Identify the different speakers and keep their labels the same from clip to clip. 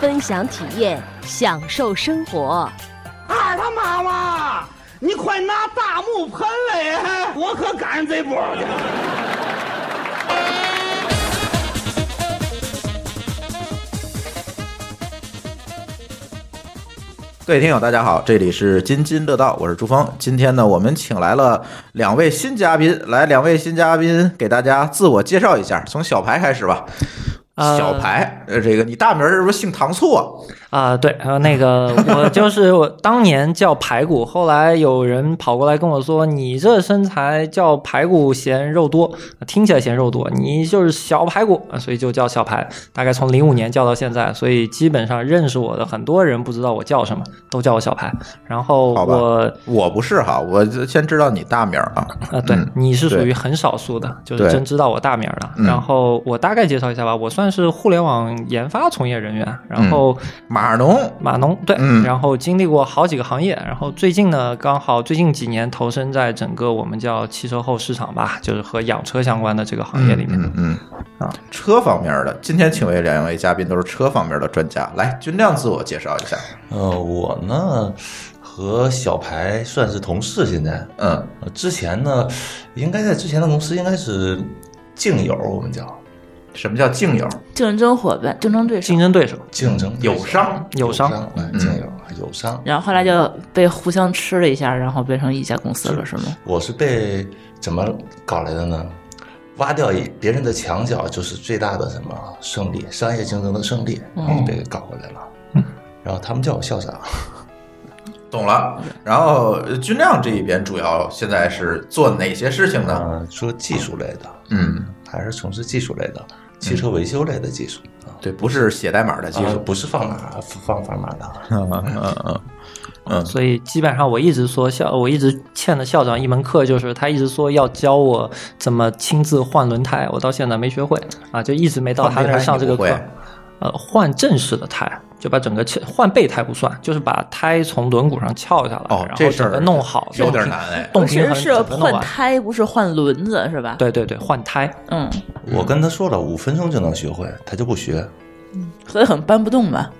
Speaker 1: 分享体验，享受生活。
Speaker 2: 二啊他妈妈，你快拿大木盆来，我可赶上这波去。
Speaker 3: 各位听友，大家好，这里是津津乐道，我是朱峰。今天呢，我们请来了两位新嘉宾，来，两位新嘉宾给大家自我介绍一下，从小排开始吧。
Speaker 4: 呃
Speaker 3: 小排，呃，这个你大名儿是不是姓唐醋啊？
Speaker 4: 啊、对，还有 那个，我就是我当年叫排骨，后来有人跑过来跟我说，你这身材叫排骨嫌肉多，听起来嫌肉多，你就是小排骨，啊所以就叫小排。大概从零五年叫到现在，所以基本上认识我的很多人不知道我叫什么，都叫我小排。然后
Speaker 3: 好吧
Speaker 4: 我，
Speaker 3: 我不是哈，我就先知道你大名儿啊。
Speaker 4: 啊，对
Speaker 3: 嗯，
Speaker 4: 你是属
Speaker 3: 对
Speaker 4: 于很少数的，就是
Speaker 3: 对
Speaker 4: 真知道我大名儿的。
Speaker 3: 嗯
Speaker 4: 然后我大概介绍一下吧，我算是互联网研发从业人员，
Speaker 3: 嗯
Speaker 4: 然后。
Speaker 3: 马尔农，
Speaker 4: 码农对，
Speaker 3: 嗯
Speaker 4: 然后经历过好几个行业，然后最近呢，刚好最近几年投身在整个我们叫汽车后市场吧，就是和养车相关的这个行业里面。
Speaker 3: 嗯嗯
Speaker 4: 啊，
Speaker 3: 车方面的，今天请为两位嘉宾都是车方面的专家，来，军亮自我介绍一下。
Speaker 5: 呃，我呢和小排算是同事，现在，
Speaker 3: 嗯，
Speaker 5: 呃之前呢，应该在之前的公司应该是竞友，我们叫
Speaker 3: 什么叫竞友？
Speaker 6: 竞争伙伴、竞争对手
Speaker 4: 竞，争对手
Speaker 5: 竞争
Speaker 3: 嗯
Speaker 5: 对手
Speaker 3: 友商嗯
Speaker 4: 友商嗯
Speaker 5: 哎，竞友友商。
Speaker 6: 然后后来就被互相吃了一下，然后变成一家公司了，是吗？
Speaker 5: 我是被怎么搞来的呢？挖掉一别人的墙角就是最大的什么胜利，商业竞争的胜利，
Speaker 4: 嗯
Speaker 5: 然后就被搞过来了。
Speaker 3: 嗯
Speaker 5: 然后他们叫我校长，
Speaker 3: 懂了。然后呃军亮这一边主要现在是做哪些事情呢？
Speaker 5: 呃，说技术类的，
Speaker 3: 嗯，
Speaker 5: 还是从事技术类的，汽车维修类的技术啊。
Speaker 3: 对，不是写代码的技
Speaker 5: 啊
Speaker 3: 术。
Speaker 5: 不是放哪儿放放哪儿的，
Speaker 3: 嗯嗯嗯嗯
Speaker 4: 所以基本上我一直说校，我一直欠的校长一门课，就是他一直说要教我怎么亲自换轮胎，我到现在没学会啊，就一直没到他那儿上这个课
Speaker 3: 换备胎你。
Speaker 4: 呃，换正式的胎，就把整个切换备胎不算，就是把胎从轮毂上撬下来，
Speaker 3: 哦
Speaker 4: 然
Speaker 3: 这
Speaker 4: 后
Speaker 3: 事儿
Speaker 4: 整个弄好，
Speaker 3: 有
Speaker 4: 动
Speaker 3: 点
Speaker 4: 平
Speaker 3: 难哎
Speaker 4: 动
Speaker 6: 其
Speaker 4: 平
Speaker 6: 实
Speaker 4: 衡
Speaker 6: 是
Speaker 4: 整个弄
Speaker 6: 换
Speaker 4: 完。
Speaker 6: 胎，不是换轮子，是吧？，
Speaker 4: 对对对，换胎。
Speaker 6: 嗯，
Speaker 5: 我跟他说了五分钟就能学会，他就不学，
Speaker 6: 所以很搬不动吧？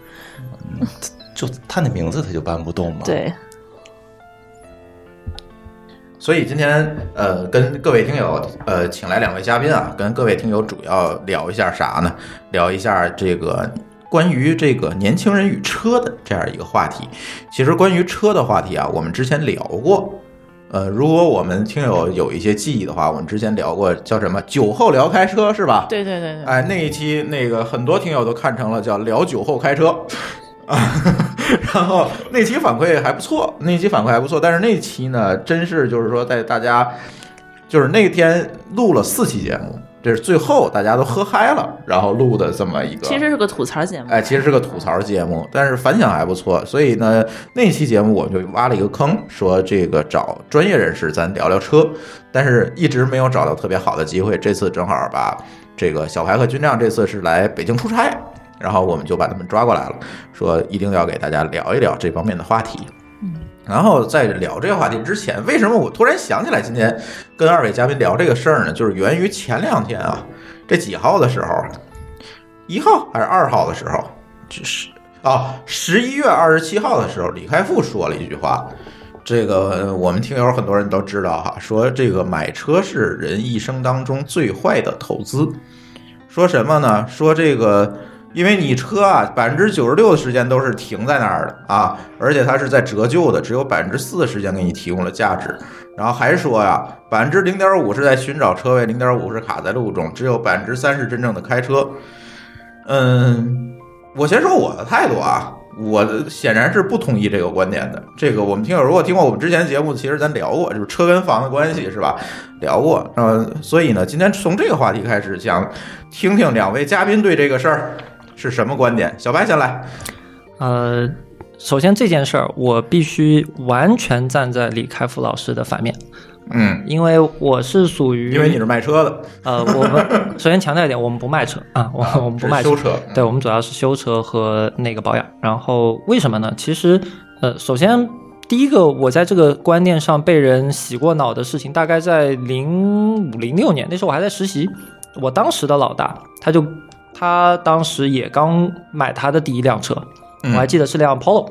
Speaker 5: 就他那名字他就搬不动嘛。，
Speaker 6: 对，
Speaker 3: 所以今天呃，跟各位听友呃，请来两位嘉宾啊，跟各位听友主要聊一下啥呢？聊一下这个关于这个年轻人与车的这样一个话题。其实关于车的话题啊，我们之前聊过。呃，如果我们听友有一些记忆的话，我们之前聊过叫什么“酒后聊开车”是吧？
Speaker 6: 对对对对，
Speaker 3: 哎，那一期那个很多听友都看成了叫聊酒后开车。 啊，然后那期反馈还不错，那期反馈还不错，但是那期呢，真是就是说在大家，就是那天录了四期节目，这是最后大家都喝嗨了，然后录的这么一个，
Speaker 6: 其实是个吐槽节目。
Speaker 3: 哎，其实是个吐槽节目，但是反响还不错，所以呢，那期节目我们就挖了一个坑，说这个找专业人士咱聊聊车，但是一直没有找到特别好的机会。这次正好把这个小排和军亮这次是来北京出差，然后我们就把他们抓过来了，说一定要给大家聊一聊这方面的话题。
Speaker 6: 嗯
Speaker 3: 然后在聊这个话题之前，为什么我突然想起来今天跟二位嘉宾聊这个事儿呢？就是源于前两天啊，这几号的时候，一号还是二号的时候，就是啊，十一月二十七号的时候，李开复说了一句话，这个呃我们听友很多人都知道哈，说这个买车是人一生当中最坏的投资。说什么呢？说这个，因为你车啊，百分之九十六的时间都是停在那儿的啊，而且它是在折旧的，只有百分之四的时间给你提供了价值。然后还说呀，百分之零点五是在寻找车位，零点五是卡在路中，只有百分之三是真正的开车。嗯，我先说我的态度啊，我显然是不同意这个观点的。这个我们听友如果听过我们之前节目，其实咱聊过，就是车跟房的关系是吧？聊过，呃，所以呢，今天从这个话题开始，想听听两位嘉宾对这个事儿是什么观点？小白先来，
Speaker 4: 呃，首先这件事儿，我必须完全站在李开复老师的反面，
Speaker 3: 嗯，
Speaker 4: 因为我是属于
Speaker 3: 因为你是卖车的，
Speaker 4: 呃，我们 首先强调一点，我们不卖车啊， 我我们不卖
Speaker 3: 是修车
Speaker 4: 对，我们主要是修车和那个保养。然后为什么呢？其实，呃，首先第一个，我在这个观念上被人洗过脑的事情，大概在零五零六年，那时候我还在实习，我当时的老大他就他当时也刚买他的第一辆车，我还记得是辆 Polo。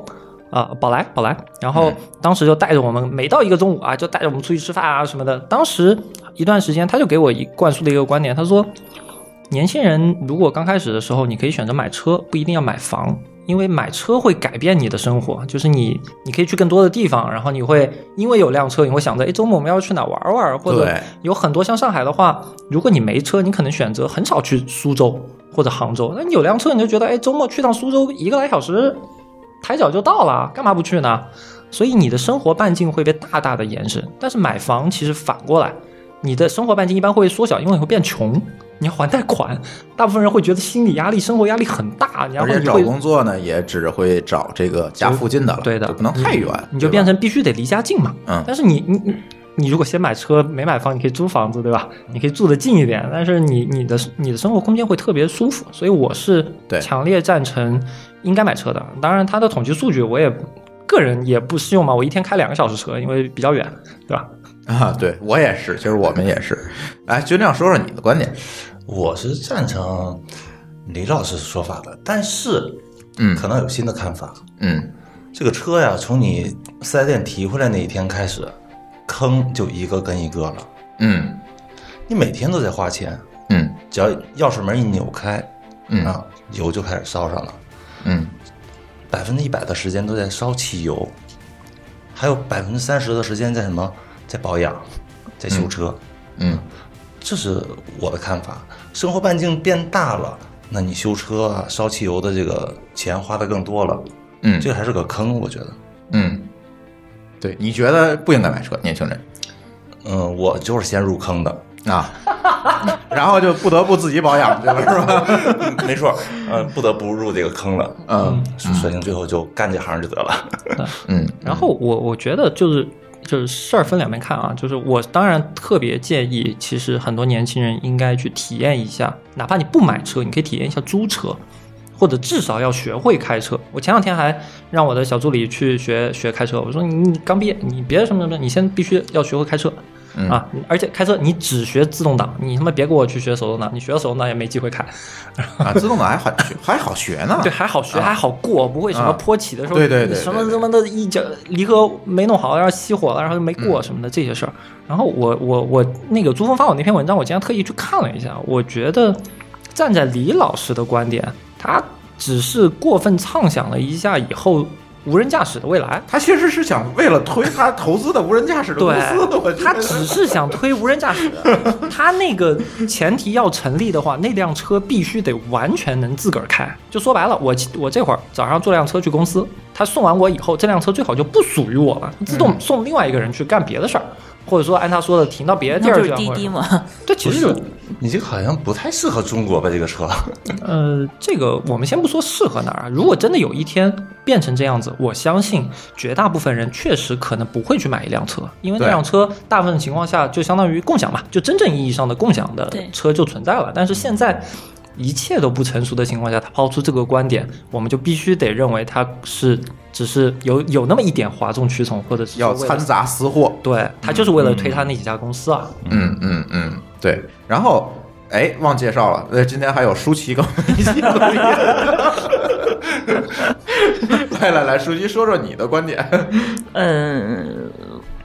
Speaker 4: 啊、宝来，宝来，然后
Speaker 3: 嗯
Speaker 4: 当时就带着我们，每到一个中午啊，就带着我们出去吃饭啊什么的。当时一段时间，他就给我一灌输的一个观点，他说，年轻人如果刚开始的时候，你可以选择买车，不一定要买房，因为买车会改变你的生活，就是你你可以去更多的地方，然后你会因为有辆车，你会想着，哎，周末我们要去哪玩玩，或者
Speaker 3: 对
Speaker 4: 有很多像上海的话，如果你没车，你可能选择很少去苏州或者杭州，那你有辆车，你就觉得，哎，周末去趟苏州一个来小时，抬脚就到了，干嘛不去呢？所以你的生活半径会被大大的延伸。但是买房其实反过来，你的生活半径一般会缩小，因为你会变穷，你要还贷款，大部分人会觉得心理压力、生活压力很大，然
Speaker 3: 而
Speaker 4: 后
Speaker 3: 且
Speaker 4: 你
Speaker 3: 找
Speaker 4: 会
Speaker 3: 工作呢，也只会找这个家附近的了，
Speaker 4: 对的嗯
Speaker 3: 就不能太远，
Speaker 4: 你
Speaker 3: 对
Speaker 4: 就
Speaker 3: 吧
Speaker 4: 变成必须得离家近嘛。
Speaker 3: 嗯
Speaker 4: 但是你你你你如果先买车没买房，你可以租房子，对吧？你可以住得近一点，但是你你的你的生活空间会特别舒服，所以我是
Speaker 3: 对
Speaker 4: 强烈赞成应该买车的。当然，它的统计数据我也个人也不适用嘛，我一天开两个小时车，因为比较远，对吧？
Speaker 3: 啊，对我也是，其实我们也是。哎，军亮，说说你的观点。
Speaker 5: 我是赞成李老师说法的，但是
Speaker 3: 嗯
Speaker 5: 可能有新的看法。
Speaker 3: 嗯，
Speaker 5: 这个车呀，从你四 S 店提回来那一天开始，坑就一个跟一个了。
Speaker 3: 嗯
Speaker 5: 你每天都在花钱，
Speaker 3: 嗯
Speaker 5: 只要钥匙门一扭开，
Speaker 3: 嗯
Speaker 5: 啊，油就开始烧上了。
Speaker 3: 嗯
Speaker 5: 百分之一百的时间都在烧汽油，还有百分之三十的时间在什么？在保养，在修车。
Speaker 3: 嗯
Speaker 5: 这是我的看法。生活半径变大了，那你修车啊、烧汽油的这个钱花的更多了，
Speaker 3: 嗯，
Speaker 5: 这还是个坑，我觉得。
Speaker 3: 嗯，对，你觉得不应该买车，年轻人
Speaker 5: 嗯，我就是先入坑 的，
Speaker 3: 啊， 然后就不得不自己保养去了，是吧？
Speaker 5: 没错，呃，不得不入这个坑了。
Speaker 3: 嗯
Speaker 5: 索索性最后就干这行就得了。
Speaker 3: 嗯
Speaker 4: 然后我我觉得就是就是事儿分两面看啊，就是我当然特别建议，其实很多年轻人应该去体验一下，哪怕你不买车，你可以体验一下租车，或者至少要学会开车。我前两天还让我的小助理去学学开车，我说你你刚毕业，你别什么什么，你先必须要学会开车。啊，而且开车你只学自动挡，你他妈别给我去学手动挡，你学了手动挡也没机会开。
Speaker 3: 啊，自动挡还好还好学呢，
Speaker 4: 对，还好学，
Speaker 3: 啊
Speaker 4: 还好过，不会什么
Speaker 3: 啊
Speaker 4: 坡起的时候，
Speaker 3: 对对对
Speaker 4: 你什么
Speaker 3: 对对
Speaker 4: 什么的一脚离合没弄好，然后熄火了，然后就没
Speaker 3: 嗯
Speaker 4: 过什么的这些事儿。然后我我我那个朱峰发我那篇文章，我今天特意去看了一下，我觉得站在李老师的观点，他只是过分畅想了一下以后无人驾驶的未来。
Speaker 3: 他其实是想为了推他投资的无人驾驶的公
Speaker 4: 对
Speaker 3: 司的，我，觉
Speaker 4: 他
Speaker 3: 得
Speaker 4: 只是想推无人驾驶，他那个前提要成立的话，那辆车必须得完全能自个儿开。就说白了，我我这会儿早上坐辆车去公司，他送完我以后，这辆车最好就不属于我了，自
Speaker 3: 嗯
Speaker 4: 动送另外一个人去干别的事儿，或者说按他说的停到别的地
Speaker 6: 那
Speaker 4: 儿
Speaker 6: 就
Speaker 4: 去
Speaker 6: 是
Speaker 4: 啊。
Speaker 6: 滴
Speaker 4: 或者
Speaker 6: 滴
Speaker 4: 什么？
Speaker 6: 嘛，
Speaker 4: 对， 其实
Speaker 5: 不是你嗯这个好像不太适合中国吧？这个车，
Speaker 4: 呃，这个我们先不说适合哪儿啊。如果真的有一天变成这样子，我相信绝大部分人确实可能不会去买一辆车，因为那
Speaker 3: 对
Speaker 4: 辆车大部分情况下就相当于共享嘛，就真正意义上的共享的
Speaker 6: 对
Speaker 4: 车就存在了。但是现在一切都不成熟的情况下，他抛出这个观点，我们就必须得认为他是只是有有那么一点哗众取宠，或者是
Speaker 3: 要
Speaker 4: 为了
Speaker 3: 掺杂私货，
Speaker 4: 对他就是为了推他那几家公司啊。
Speaker 3: 嗯嗯嗯，对。然后，哎，忘介绍了，那今天还有舒淇跟我们一起录音。 来来来，舒淇说说你的观点。
Speaker 6: 嗯，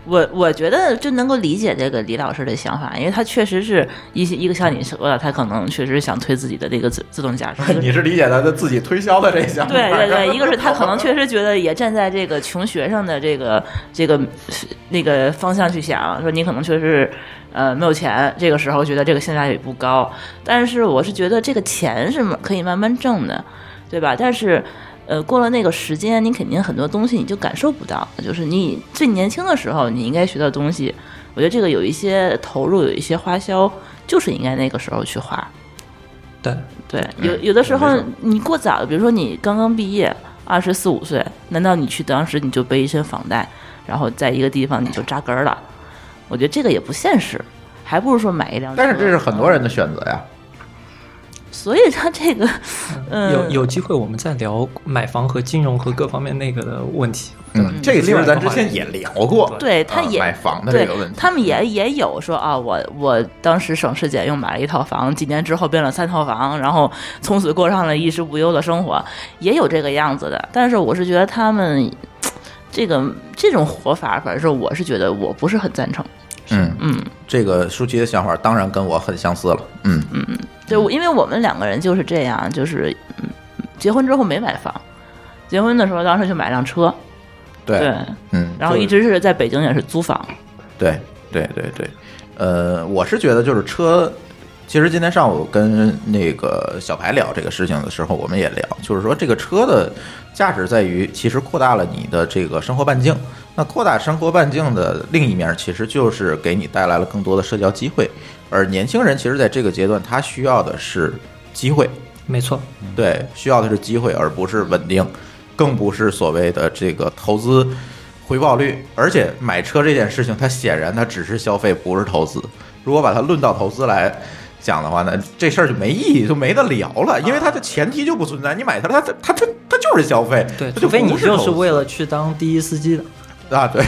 Speaker 6: 我我觉得就能够理解这个李老师的想法，因为他确实是一些一个像你说的，他可能确实想推自己的这个自自动驾 驶。一个
Speaker 3: 哎你是理解他的自己推销的这一 项，
Speaker 6: 对对对，一个是他可能确实觉得也站在这个穷学生的这个这个那个方向去想，说你可能确实呃没有钱，这个时候觉得这个性价比不高。但是我是觉得这个钱是可以慢慢挣的，对吧？但是。呃，过了那个时间，你肯定很多东西你就感受不到。就是你最年轻的时候，你应该学到东西，我觉得这个有一些投入，有一些花销，就是应该那个时候去花。
Speaker 4: 对，
Speaker 3: 哎
Speaker 6: 对，有有的时候你过早了，比如说你刚刚毕业，二十四五岁，难道你去当时你就背一身房贷，然后在一个地方你就扎根儿了？我觉得这个也不现实，还不如说买一辆车。
Speaker 3: 但是这是很多人的选择呀。
Speaker 6: 所以他这个，嗯，
Speaker 4: 有有机会我们再聊买房和金融和各方面那个的问题。
Speaker 3: 嗯，这个其实咱之前也聊过，
Speaker 6: 对，他
Speaker 3: 啊
Speaker 6: 也、
Speaker 3: 买房的
Speaker 6: 对
Speaker 3: 这个问题，
Speaker 6: 他们也也有说啊，我我当时省吃俭用买了一套房，几年之后变了三套房，然后从此过上了衣食无忧的生活，也有这个样子的。但是我是觉得他们这个这种活法，反正我是觉得我不是很赞成。
Speaker 3: 嗯，
Speaker 6: 嗯，
Speaker 3: 这个舒淇的想法当然跟我很相似了，嗯，
Speaker 6: 对，我因为我们两个人就是这样，就是嗯，结婚之后没买房，结婚的时候当时就买辆车，
Speaker 3: 对，
Speaker 6: 对，
Speaker 3: 嗯，
Speaker 6: 然后
Speaker 3: 就
Speaker 6: 一直是在北京也是租房，
Speaker 3: 对对对对，呃，我是觉得就是车，其实今天上午跟那个小白聊这个事情的时候，我们也聊，就是说这个车的价值在于，其实扩大了你的这个生活半径。那扩大生活半径的另一面，其实就是给你带来了更多的社交机会。而年轻人其实在这个阶段，他需要的是机会，
Speaker 4: 没错，
Speaker 3: 对，需要的是机会，而不是稳定，更不是所谓的这个投资回报率。而且买车这件事情，它显然它只是消费，不是投资。如果把它论到投资来讲的话呢，这事儿就没意义，就没得聊了，因为它的前提就不存在。你买它，它它它它它就是消费，
Speaker 4: 对，
Speaker 3: 它
Speaker 4: 除
Speaker 3: 就
Speaker 4: 非你
Speaker 3: 不
Speaker 4: 就是
Speaker 3: 投资
Speaker 4: 为了去当第一司机的。
Speaker 3: 啊， 对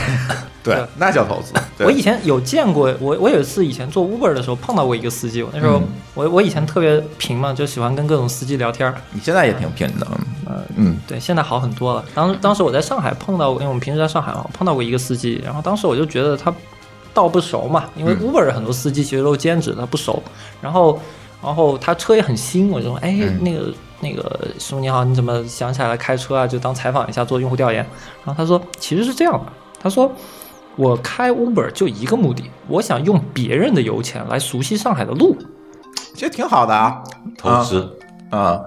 Speaker 3: 对
Speaker 4: 对，
Speaker 3: 那叫投资。对
Speaker 4: 我以前有见过，我我有一次以前做 Uber 的时候碰到过一个司机，我那时候、
Speaker 3: 嗯
Speaker 4: 我我以前特别贫嘛，就喜欢跟各种司机聊天儿。
Speaker 3: 你现在也挺拼的，
Speaker 4: 呃，
Speaker 3: 嗯
Speaker 4: 对，现在好很多了。当当时我在上海碰到过，因为我们平时在上海嘛，我碰到过一个司机，然后当时我就觉得他道不熟嘛，因为
Speaker 3: 嗯
Speaker 4: Uber 很多司机其实都是兼职，他不熟。然后，然后他车也很新，我就说，哎，
Speaker 3: 嗯
Speaker 4: 那个那个师傅你好，你怎么想起来了开车啊？就当采访一下，做用户调研。然后他说，其实是这样的，他说。我开 Uber 就一个目的，我想用别人的油钱来熟悉上海的路。
Speaker 3: 其实挺好的啊，
Speaker 5: 投资
Speaker 3: 啊，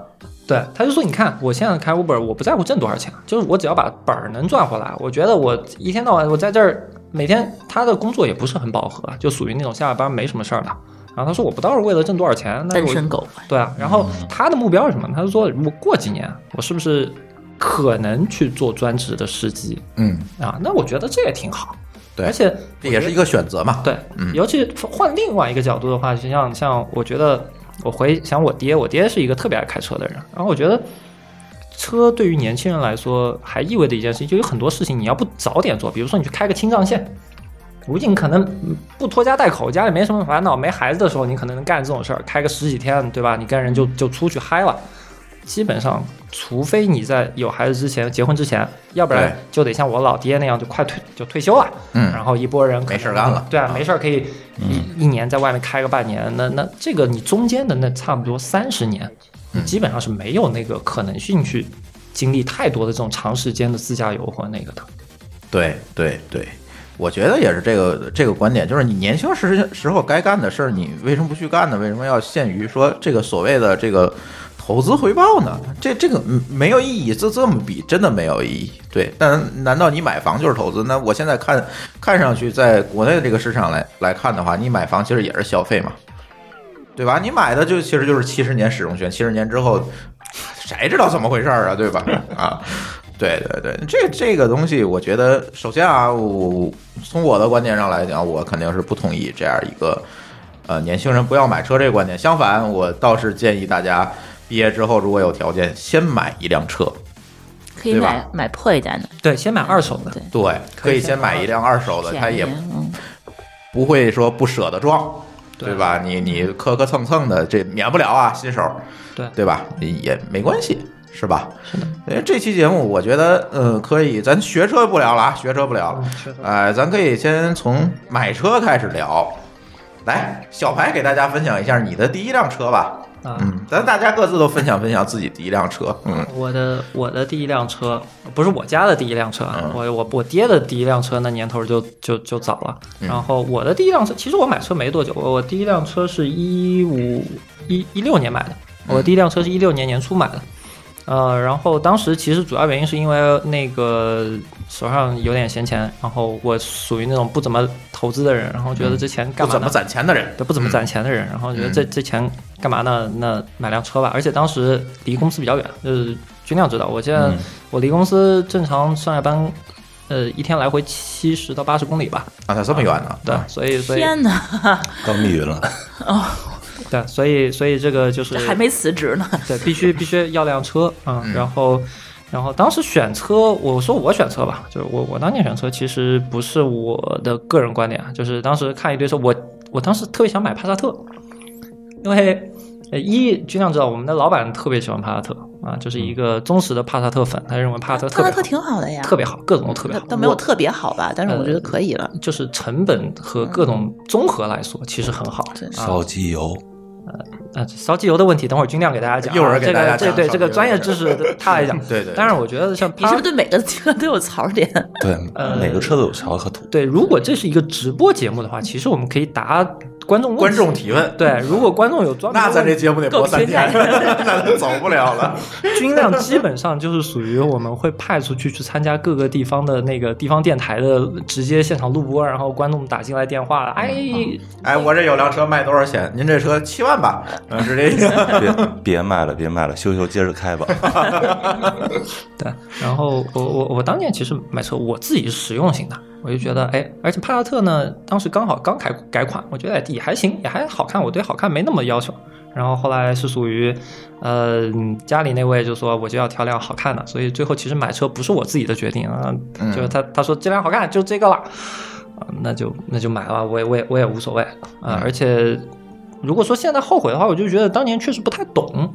Speaker 4: 对，他就说，你看，我现在开 Uber，我不在乎挣多少钱，就是我只要把本儿能赚回来，我觉得我一天到晚我在这儿，每天他的工作也不是很饱和，就属于那种下了班没什么事儿的。然后他说，我不倒是为了挣多少钱，那
Speaker 6: 单
Speaker 4: 我
Speaker 6: 身狗。
Speaker 4: 对啊。然后他的目标是什么？他是说，如果过几年我是不是可能去做专职的司机
Speaker 3: 嗯，
Speaker 4: 啊？那我觉得这也挺好，
Speaker 3: 对
Speaker 4: 而且
Speaker 3: 这也是一个选择嘛。
Speaker 4: 对，
Speaker 3: 嗯
Speaker 4: 尤其换另外一个角度的话，就像像我觉得我回想我爹，我爹是一个特别爱开车的人，然后我觉得车对于年轻人来说还意味着一件事情，就有很多事情你要不早点做，比如说你去开个青藏线。如今可能嗯不拖家带口，家里没什么烦恼，没孩子的时候，你可能能干这种事儿，开个十几天，对吧？你跟人就就出去嗨了。基本上，除非你在有孩子之前、结婚之前，要不然
Speaker 3: 对
Speaker 4: 就得像我老爹那样，就快退就退休了。
Speaker 3: 嗯
Speaker 4: 然后一波人可能
Speaker 3: 没事儿干了嗯
Speaker 4: 对啊，没事儿可以一一年在外面开个半年，那那这个你中间的那差不多三十年，
Speaker 3: 嗯
Speaker 4: 你基本上是没有那个可能性去经历太多的这种长时间的自驾游或那个的。
Speaker 3: 对对对，我觉得也是这个这个观点，就是你年轻时时候该干的事儿，你为什么不去干呢？为什么要限于说这个所谓的这个投资回报呢？这这个嗯没有意义，这这么比真的没有意义。对，但难道你买房就是投资？那我现在看看上去，在国内的这个市场来来看的话，你买房其实也是消费嘛。对吧？你买的就其实就是七十年使用权，七十年之后，谁知道怎么回事儿啊？对吧？啊，对对对，这这个东西，我觉得首先啊，我从我的观点上来讲，我肯定是不同意这样一个呃年轻人不要买车这个观点。相反，我倒是建议大家毕业之后如果有条件，先买一辆车。
Speaker 6: 可以
Speaker 3: 对吧
Speaker 6: 买买破一点的，
Speaker 4: 对，先买二手的。
Speaker 6: 对
Speaker 3: 对，可以先买一辆二手的，它
Speaker 6: 便宜，
Speaker 3: 也
Speaker 6: 嗯，
Speaker 3: 不会说不舍得撞，
Speaker 4: 对
Speaker 3: 对吧？你你磕磕蹭蹭的，这免不了啊，新手。
Speaker 4: 对
Speaker 3: 对吧？也没关系，是吧？是的。因为这期节目，我觉得，呃，可以，咱学车不聊了啊，学车不聊了
Speaker 4: 嗯学车，
Speaker 3: 哎，咱可以先从买车开始聊。来，小白给大家分享一下你的第一辆车吧。
Speaker 4: 啊
Speaker 3: 嗯，咱大家各自都分享分享自己第一辆车。嗯，
Speaker 4: 我的我的第一辆车不是我家的第一辆车啊，
Speaker 3: 嗯
Speaker 4: 我我我爹的第一辆车那年头就就就早了。
Speaker 3: 嗯
Speaker 4: 然后我的第一辆车，其实我买车没多久，我我第一辆车是一五一一六年买的，
Speaker 3: 嗯
Speaker 4: 我第一辆车是一六年年初买的。呃，然后当时其实主要原因是因为那个手上有点闲钱，然后我属于那种不怎么投资的人，然后觉得这钱
Speaker 3: 不
Speaker 4: 干嘛
Speaker 3: 怎
Speaker 4: 呢？
Speaker 3: 么攒钱的人，
Speaker 4: 对，不怎么攒钱的人，然后觉得这这钱干嘛呢？那买辆车吧。而且当时离公司比较远，就是军亮知道，我现在
Speaker 3: 嗯
Speaker 4: 我离公司正常上下班，呃，一天来回七十到八十公里吧。
Speaker 3: 啊，它这么远呢？
Speaker 4: 对，所以所以
Speaker 6: 天哪，
Speaker 5: 到密云了，
Speaker 4: 对，所以所以这个就是
Speaker 6: 这还没辞职呢，
Speaker 4: 对，必须必须要辆车啊、然后，然后当时选车，我说我选车吧，就是我我当年选车其实不是我的个人观点啊，就是当时看一堆车，我我当时特别想买帕萨特，因为呃一军亮知道我们的老板特别喜欢帕萨特啊，就是一个忠实的帕萨特粉，他认为帕萨特特 别
Speaker 7: 帕
Speaker 4: 好
Speaker 7: 萨特挺好的呀，
Speaker 4: 特别好，各种都特别
Speaker 7: 倒
Speaker 4: 好，
Speaker 7: 倒没有
Speaker 4: 我呃
Speaker 7: 特别好吧，但是我觉得可以了。
Speaker 4: 就是成本和各种综合来说，其实很好。
Speaker 7: 嗯真
Speaker 4: 啊
Speaker 5: 烧机油，
Speaker 4: 呃，烧机油的问题，等会儿军亮给大家讲啊。
Speaker 3: 一会儿给大家
Speaker 4: 这个
Speaker 3: 讲
Speaker 4: 这对
Speaker 3: 烧机
Speaker 4: 这
Speaker 3: 油
Speaker 4: 个
Speaker 3: 的
Speaker 4: 专业
Speaker 3: 事
Speaker 4: 知
Speaker 3: 儿
Speaker 4: 识的他来讲。
Speaker 3: 对对
Speaker 4: 当然，我觉得像
Speaker 7: 你是
Speaker 4: 他
Speaker 7: 不是对每个车都有槽点？
Speaker 5: 对，
Speaker 4: 呃
Speaker 5: 每个车都有槽和土。
Speaker 4: 对，如果这是一个直播节目的话，其实我们可以答观众问
Speaker 3: 观
Speaker 4: 题
Speaker 3: 众提问，
Speaker 4: 对，如果观众有专门
Speaker 3: 那咱这
Speaker 4: 问
Speaker 3: 节目得播三天， 那咱走不了了。
Speaker 4: 军亮基本上就是属于我们会派出去去参加各个地方的那个地方电台的直接现场录播，然后观众打进来电话，哎，
Speaker 3: 哎，我这有辆车卖多少钱？您这车七万吧？嗯，是这意 思。
Speaker 5: 别 别卖了，别卖了，修修接着开吧。
Speaker 4: 对，然后我我我当年其实买车，我自己是实用型的，我就觉得哎，而且帕萨特呢，当时刚好刚改改款，我觉得哎也还行，也还好看，我对好看没那么要求。然后后来是属于，呃，家里那位就说我就要挑辆好看的，所以最后其实买车不是我自己的决定啊，
Speaker 3: 嗯
Speaker 4: 就是他他说这辆好看就这个了，啊、那就那就买了，我也我也我也无所谓啊、而且如果说现在后悔的话，我就觉得当年确实不太懂，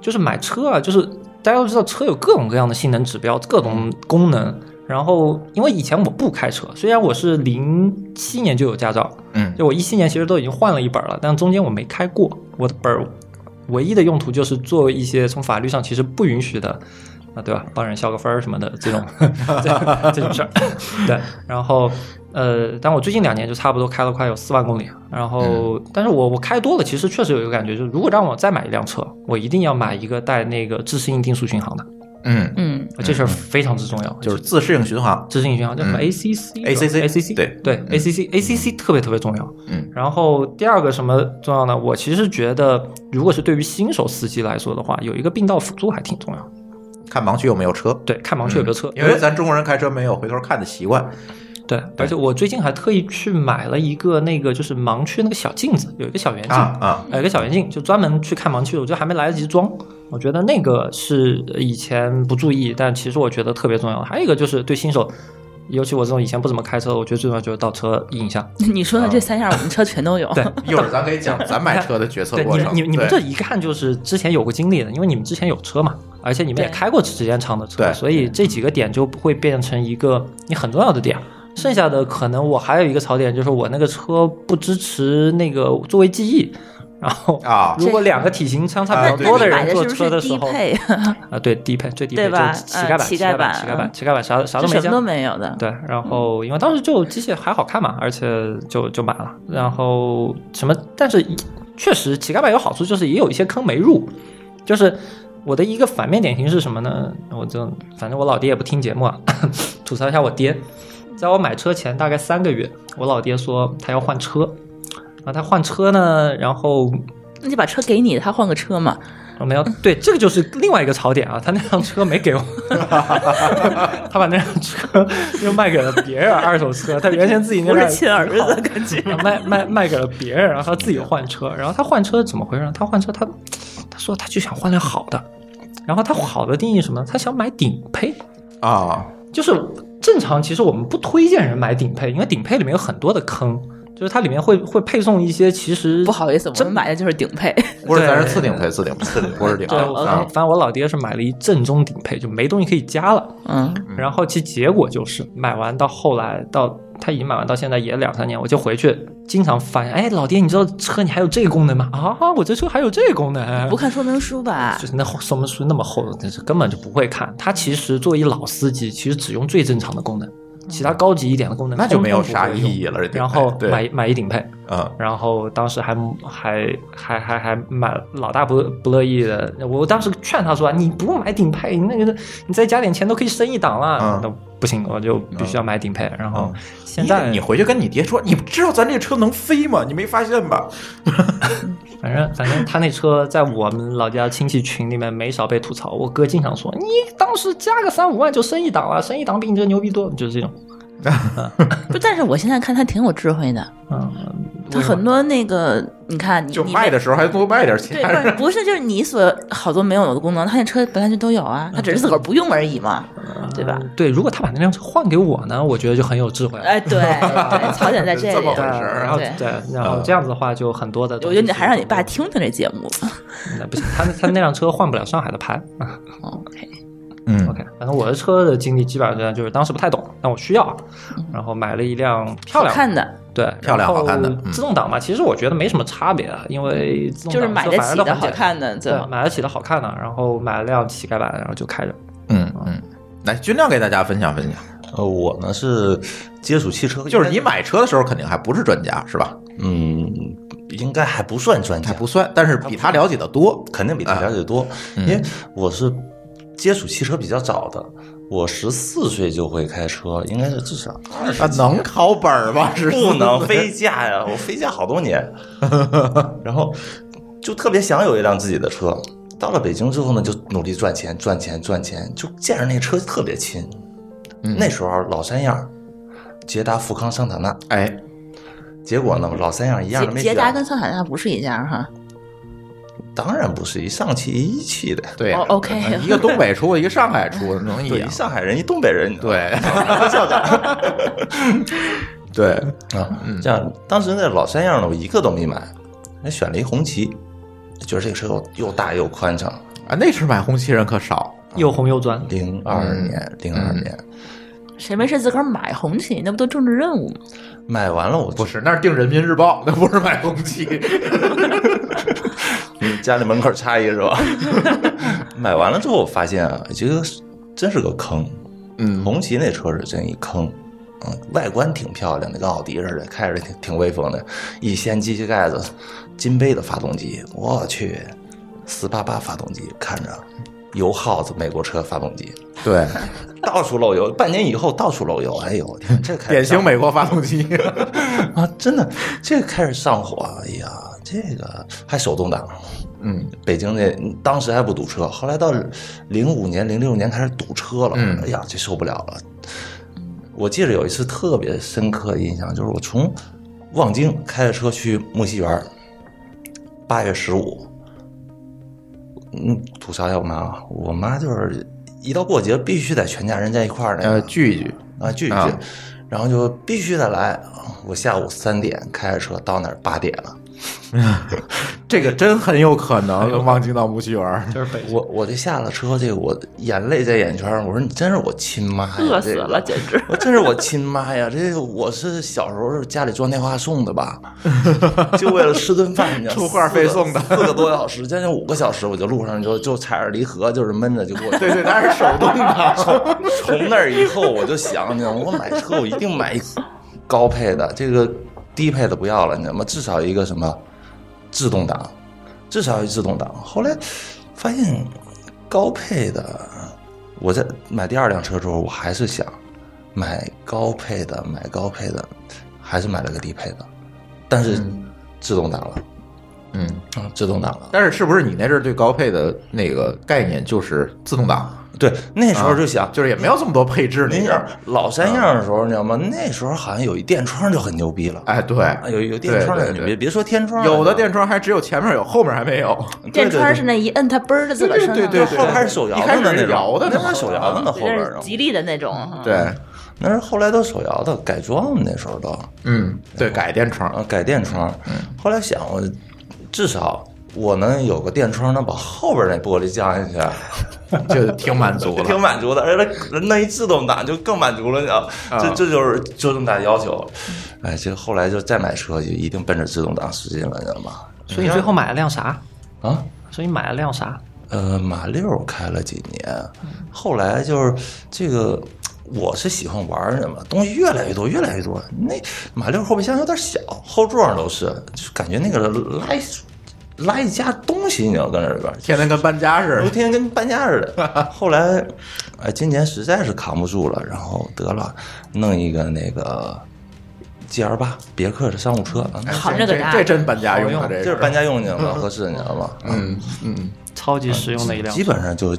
Speaker 4: 就是买车啊，就是大家都知道车有各种各样的性能指标，各种功能。然后，因为以前我不开车，虽然我是零七年就有驾照，
Speaker 3: 嗯
Speaker 4: 就我一七年其实都已经换了一本了，但中间我没开过。我的本儿唯一的用途就是做一些从法律上其实不允许的，啊，对吧？帮人消个分儿什么的这种 这这种事儿。对， 然后呃，但我最近两年就差不多开了快有四万公里。然
Speaker 3: 嗯
Speaker 4: 后，但是我我开多了，其实确实有一个感觉，就是如果让我再买一辆车，我一定要买一个带那个自适应定速巡航的，
Speaker 3: 嗯，
Speaker 7: 嗯，
Speaker 4: 这事儿非常之重要，
Speaker 3: 就是自适应巡航。
Speaker 4: 自适应巡航叫什么
Speaker 3: 嗯
Speaker 4: ACC
Speaker 3: ACC
Speaker 4: ACC
Speaker 3: 对
Speaker 4: 对 ACC ACC 特别特别重要。
Speaker 3: 嗯，
Speaker 4: 然后第二个什么重要呢？我其实觉得，如果是对于新手司机来说的话，有一个并道辅助还挺重要。
Speaker 3: 看盲区有没有车。
Speaker 4: 对，看盲区有没有车，
Speaker 3: 嗯因为咱中国人开车没有回头看的习惯，
Speaker 4: 对，而且我最近还特意去买了一个那个就是盲区那个小镜子，有一个小圆镜呃
Speaker 3: 啊啊，
Speaker 4: 有一个小圆镜就专门去看盲区的，我觉得还没来得及装。我觉得那个是呃以前不注意，但其实我觉得特别重要的。还有一个就是对新手，尤其我这种以前不怎么开车，我觉得最重要就是倒车影像。
Speaker 6: 你说的这三样我们车全都有。
Speaker 4: 啊对，
Speaker 3: 一会儿咱可以讲咱买车的决策
Speaker 4: 对，
Speaker 3: 过
Speaker 4: 你们
Speaker 3: 程。
Speaker 4: 你们你们这
Speaker 3: 对
Speaker 4: 一看就是之前有过经历的，因为你们之前有车嘛，而且你们也
Speaker 6: 对
Speaker 4: 开过时间长的车，
Speaker 3: 对
Speaker 4: 所以这几个点就会变成一个你很重要的点。剩下的可能我还有一个槽点，就是我那个车不支持那个座位记忆。然后
Speaker 3: 啊
Speaker 4: 如果两个体型相差
Speaker 3: 啊
Speaker 4: 比较
Speaker 3: 对
Speaker 4: 多
Speaker 3: 对
Speaker 4: 人坐
Speaker 6: 是不是
Speaker 4: 车时
Speaker 6: 低
Speaker 4: 候，
Speaker 6: 配？
Speaker 4: 啊，对低配最低配
Speaker 6: 对
Speaker 4: 就
Speaker 6: 吧
Speaker 4: 是乞丐
Speaker 6: 呃
Speaker 4: 版、
Speaker 6: 乞
Speaker 4: 乞
Speaker 6: 丐
Speaker 4: 丐版、
Speaker 6: 版
Speaker 4: 乞丐版、
Speaker 6: 嗯
Speaker 4: 乞丐版啥啥
Speaker 6: 就
Speaker 4: 都没
Speaker 6: 什么都
Speaker 4: 加，
Speaker 6: 没有的。
Speaker 4: 对，然后因为当时就机械还好看嘛，而且就就买了。然后什么，但是确实乞丐版有好处，就是也有一些坑没入。就是我的一个反面典型是什么呢？我就反正我老爹也不听节目啊， 吐槽一下我爹。在我买车前大概三个月，我老爹说他要换车，啊，他换车呢，然后
Speaker 6: 那就把车给你，他换个车嘛。
Speaker 4: 我们要对这个就是另外一个槽点啊，他那辆车没给我， 他把那辆车又卖给了别人二手车，他原先自己那
Speaker 6: 不
Speaker 4: 辆
Speaker 6: 是亲儿子，感觉。
Speaker 4: 卖卖卖给了别人，然后他自己换车，然后他换车怎么回事呢？他换车他他说他就想换辆好的，然后他好的定义是什么呢？他想买顶配，
Speaker 3: 啊，
Speaker 4: 就是正常，其实我们不推荐人买顶配，因为顶配里面有很多的坑，就是它里面会会配送一些其实
Speaker 6: 不好意思，我
Speaker 4: 真
Speaker 6: 们买的就是顶 配，
Speaker 3: 不是，
Speaker 4: 对
Speaker 3: 咱是次顶配，次顶配，次顶不是顶配
Speaker 4: 对，我
Speaker 3: 啊
Speaker 4: 反。正我老爹是买了一正宗顶配，就没东西可以加了。
Speaker 6: 嗯，
Speaker 4: 然后其结果就是买完到后来到他已经买完到现在也两三年，我就回去经常发现，哎，老爹，你知道车你还有这个功能吗？啊，我这车还有这个功能
Speaker 6: 不。看说明书吧
Speaker 4: 就？哎是那厚说明书那么厚，那是根本就不会看。他其实作为一老司机，其实只用最正常的功能，其他高级一点的功能
Speaker 3: 那就没有啥
Speaker 4: 通
Speaker 3: 意
Speaker 4: 通不会用
Speaker 3: 义了。这顶配
Speaker 4: 然后
Speaker 3: 对，
Speaker 4: 买买一顶配，
Speaker 3: 嗯，
Speaker 4: 然后当时还还还还还蛮老大不不乐意啊的，我当时劝他说：“你不用买顶配，你那个你再加点钱都可以升一档了。
Speaker 3: 嗯
Speaker 4: 那不行，我就必须要买顶配。然后现在
Speaker 3: 你你回去跟你爹说，你知道咱这车能飞吗？你没发现吧？
Speaker 4: 反正反正他那车在我们老家亲戚群里面没少被吐槽，我哥经常说你当时加个三五万就升一档了，升一档比你这牛逼多，就是这种。
Speaker 7: 不，但是我现在看他挺有智慧的，
Speaker 4: 嗯，
Speaker 7: 他很多那个，你看，你
Speaker 3: 就
Speaker 7: 你
Speaker 3: 卖
Speaker 7: 没
Speaker 3: 的时候还多卖点钱
Speaker 7: 对，，不是不是，就是你所好多没有的功能，他那车本来就都有啊，他只是自个儿不用而已嘛，对吧？
Speaker 4: 嗯对，如果他把那辆车换给我呢，我觉得就很有智慧了。
Speaker 7: 哎，对，对槽点在这
Speaker 3: 这么
Speaker 7: 里。
Speaker 3: 回事
Speaker 4: 然后
Speaker 3: 儿。
Speaker 7: 对
Speaker 4: 对，然后这样子的话，就很多的东
Speaker 7: 我
Speaker 4: 西。
Speaker 7: 觉得你还让你爸听听这节目吧。
Speaker 4: 那不行，他他那辆车换不了上海的牌。啊
Speaker 7: OK，
Speaker 3: 嗯，
Speaker 4: OK，反正我的车的经历基本上就是当时不太懂，但我需要，然后买了一辆漂
Speaker 7: 嗯好
Speaker 4: 亮
Speaker 7: 看，的，
Speaker 4: 对，
Speaker 3: 漂亮
Speaker 4: 然后
Speaker 3: 好看的嗯
Speaker 4: 自动挡嘛，其实我觉得没什么差别啊，因为自动
Speaker 7: 就是
Speaker 4: 挡
Speaker 7: 买
Speaker 4: 车
Speaker 7: 得
Speaker 4: 反正
Speaker 7: 起
Speaker 4: 都
Speaker 7: 的
Speaker 4: 很
Speaker 7: 好
Speaker 4: 简单
Speaker 7: 看的，对
Speaker 4: 对，买得起的好看的，然后买了辆乞丐版，然后就开着。
Speaker 3: 嗯嗯，来，军亮给大家分享分享。
Speaker 5: 呃， 我呢是接触汽车，
Speaker 3: 就是你，买车的时候肯定还不是专家是吧？
Speaker 5: 嗯，应该还不算专家，
Speaker 3: 还不算，但是比他了解的多。
Speaker 5: 肯定比他了解多，
Speaker 3: 嗯
Speaker 5: 因为我是接触汽车比较早的，我十四岁就会开车，应该是至少
Speaker 3: 啊，能考本儿吗？是
Speaker 5: 不能飞驾 呀，我飞驾好多年， 然后就特别想有一辆自己的车。到了北京之后呢，就努力赚钱，赚钱，赚钱，就见着那车特别亲。
Speaker 3: 嗯
Speaker 5: 那时候老三样儿，捷达、富康、桑塔纳，
Speaker 3: 哎，
Speaker 5: 结果
Speaker 3: 嗯
Speaker 5: 呢，老三样儿一样都
Speaker 7: 捷
Speaker 5: 没
Speaker 7: 捷
Speaker 5: 选。
Speaker 7: 达跟桑塔纳不是一家哈。
Speaker 5: 当然不是一上汽一汽的，
Speaker 3: 对
Speaker 7: 哦，OK
Speaker 3: 哎一个东北出，一个上海出，能一
Speaker 5: 对，
Speaker 3: 样
Speaker 5: 一？上海人，一东北人，你知道吗
Speaker 3: 对，
Speaker 5: 校长。
Speaker 3: 对，
Speaker 5: 啊，
Speaker 3: 嗯
Speaker 5: 这样当时那老三样呢，我一个都没买，还选了一红旗，觉得这个车又又大又宽敞。
Speaker 3: 啊，那时候买红旗人可少，
Speaker 4: 又红又专，
Speaker 5: 零二年，
Speaker 3: 嗯
Speaker 5: 零二年、
Speaker 7: 谁没事自个儿买红旗？那不都政治任务吗？
Speaker 5: 买完了我
Speaker 3: 不是那是订人民日报，那不是买红 旗。
Speaker 5: 你家里门口插一个是吧？ 买完了之后，我发现啊，这个真是个坑。
Speaker 3: 嗯
Speaker 5: 红旗那车是真一坑，嗯，外观挺漂亮的，跟奥迪似的，开着挺挺威风的。一掀机器盖子，金杯的发动机，我去，四八八发动机，看着油耗子美国车发动机，
Speaker 3: 对，
Speaker 5: 到处漏油。半年以后到处漏油，哎呦，我天，这开始
Speaker 3: 典型
Speaker 5: 上
Speaker 3: 美国发动 机。
Speaker 5: 啊，真的，这个开始上火，哎呀，这个还手动挡，
Speaker 3: 嗯，
Speaker 5: 北京那当时还不堵车，后来到零五年、零六年开始堵车了，
Speaker 3: 嗯
Speaker 5: 哎呀，这受不了了。我记得有一次特别深刻的印象，就是我从望京开着车去木樨园儿，八月十五，嗯，吐槽一下我妈啊，我妈就是一到过节必须得全家人在一块儿那个
Speaker 3: 呃，聚一聚，
Speaker 5: 啊，聚一聚，
Speaker 3: 啊
Speaker 5: 然后就必须得来。我下午三点开着车到那儿，八点了。
Speaker 3: 这个真很有可
Speaker 5: 哎
Speaker 3: 能望京到木樨园 儿。
Speaker 4: 就是北
Speaker 5: 我我这下了车，这个我眼泪在眼圈儿。我说你真是我亲哎妈呀，
Speaker 6: 饿死
Speaker 5: 这个
Speaker 6: 了，简直。
Speaker 5: 我真是我亲妈呀！这个我是小时候家里装电话送 的吧，就为了吃顿饭，你知道吗
Speaker 3: 充话费送的
Speaker 5: 四个四个多小时，将近五个小时，我就路上就就踩着离合，就是闷着就过去。
Speaker 3: 对对，那是手动挡。
Speaker 5: 从那儿以后，我就想，你知道吗？我买车我一定买高配的，这个低配的不要了，你知道吗？至少一个什么自动挡，至少一自动挡。后来发现高配的，我在买第二辆车之后，我还是想买高配的，买高配的，还是买了个低配的，但是自动挡了，
Speaker 3: 嗯，
Speaker 5: 嗯，自动挡了。
Speaker 3: 但是是不是你那阵儿对高配的那个概念就是自动挡？啊
Speaker 5: 对，那时候就想，
Speaker 3: 就是也没有这么多配置那啊
Speaker 5: 那
Speaker 3: 阵
Speaker 5: 样
Speaker 3: 儿。
Speaker 5: 老三样的时候，你知道吗？那时候好像有一电窗就很牛逼了。
Speaker 3: 哎，对，
Speaker 5: 啊，有有电窗
Speaker 3: 对对
Speaker 5: 的，你
Speaker 3: 对
Speaker 5: 别别说天窗了，
Speaker 3: 有的电窗还只有前面有，后面还没有。
Speaker 5: 对
Speaker 7: 电
Speaker 5: 对
Speaker 7: 川
Speaker 5: 对
Speaker 7: 是那一摁，它嘣儿的自个儿升上来了。
Speaker 3: 对对对
Speaker 5: 后边还是手摇
Speaker 3: 一开
Speaker 5: 的
Speaker 3: 始
Speaker 5: 呢，
Speaker 3: 是
Speaker 5: 那种
Speaker 3: 摇的啊呢
Speaker 5: 那边手摇的呢，后边
Speaker 6: 那
Speaker 5: 儿
Speaker 6: 是吉利的那种，嗯，
Speaker 3: 对，
Speaker 5: 那是后来都手摇的，改装的那时候都
Speaker 3: 嗯，对，改电
Speaker 5: 啊
Speaker 3: 窗，
Speaker 5: 改电窗。
Speaker 3: 嗯
Speaker 5: 后来想，我至少我能有个电窗，能把后边那玻璃降下去。 啊
Speaker 3: 就挺满足
Speaker 5: 挺
Speaker 3: 了。
Speaker 5: 满足的，而且那一自动挡就更满足了，你知道，
Speaker 3: 啊
Speaker 5: 这这就是就这么大要求。哎，这后来就再买车就一定奔着自动挡使劲了，你知道吗？
Speaker 4: 所以你最后买了辆啥？
Speaker 5: 啊，
Speaker 4: 所以你买了辆啥？
Speaker 5: 呃，马六开了几年，后来就是这个，我是喜欢玩儿的嘛，东西越来越多，越来越多。那马六后备箱有点小，后座上都是，就感觉那个拉一拉一家东西，你要跟这边去。
Speaker 3: 天天跟搬家似
Speaker 5: 我
Speaker 3: 的。
Speaker 5: 天天跟搬家似 的。后来，哎，今年实在是扛不住了，然后得了，弄一个那个 G L 八别克的商务车，啊
Speaker 6: 扛着个
Speaker 3: 哎这
Speaker 6: 啥
Speaker 3: 这真搬家用啊，
Speaker 5: 这
Speaker 3: 嗯这
Speaker 5: 是
Speaker 3: 是
Speaker 5: 搬。家用 去了，合适，你知道吗？
Speaker 3: 嗯嗯，
Speaker 4: 超级实用的一辆
Speaker 5: 基。本上就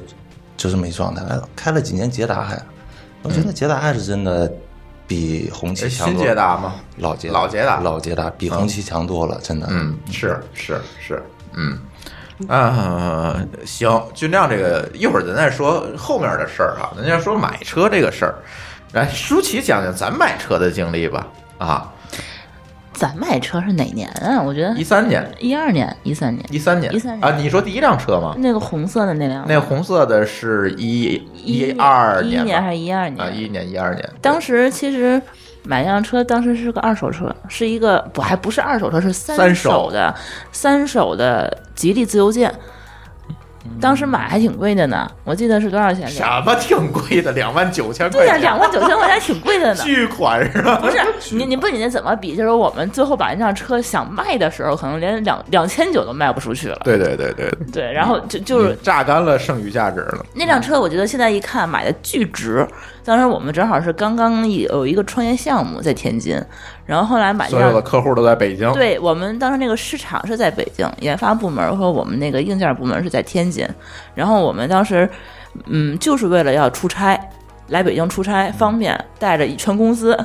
Speaker 5: 就这么一状态了。开了几年捷达还，我觉得捷达还是真的比红
Speaker 3: 嗯
Speaker 5: 旗
Speaker 3: 哎
Speaker 5: 强
Speaker 3: 新
Speaker 5: 多。
Speaker 3: 捷达吗？
Speaker 5: 老捷
Speaker 3: 老捷达
Speaker 5: 老捷达比红旗强多了，真的。
Speaker 3: 嗯，是是是，嗯。啊、行，军亮这个一会儿咱再说后面的事儿哈，咱先说买车这个事儿。来，舒淇讲讲咱买车的经历吧。啊，
Speaker 7: 咱买车是哪年啊？我觉得
Speaker 3: 一三年，
Speaker 7: 一二年、一三年，
Speaker 3: 一三年，
Speaker 7: 13年嗯
Speaker 3: 啊，你说第一辆车吗？
Speaker 7: 那个红色的那辆，
Speaker 3: 那个红色的是一
Speaker 7: 一
Speaker 3: 二
Speaker 7: 一
Speaker 3: 年吧，
Speaker 7: 年还是一二年
Speaker 3: 啊，一一年一二年，
Speaker 7: 当时其实买辆车，当时是个二手车，是一个不还不是二手车，是
Speaker 3: 三
Speaker 7: 三
Speaker 3: 手
Speaker 7: 手的三手的吉利自由舰。
Speaker 3: 嗯
Speaker 7: 当时买还挺贵的呢，我记得是多少钱？
Speaker 3: 什么挺贵的，两万九千
Speaker 7: 对
Speaker 3: 块
Speaker 7: 呀，
Speaker 3: 钱，
Speaker 7: 两万九千块钱挺贵的呢。
Speaker 3: 巨款是吧？
Speaker 7: 不是你，你不你那怎么比？就是我们最后把那辆车想卖的时候，可能连两两千九都卖不出去了。
Speaker 3: 对对对对，
Speaker 7: 对，然后就就是
Speaker 3: 榨干了剩余价值了。
Speaker 7: 那辆车，我觉得现在一看买的巨值。当时我们正好是刚刚有一个创业项目在天津，然后后来买一
Speaker 3: 所有的
Speaker 7: 辆。
Speaker 3: 客户都在北京，
Speaker 7: 啊对我们当时那个市场是在北京，研发部门和我们那个硬件部门是在天津。然后我们当时，嗯，就是为了要出差，来北京出差方便，带着全公司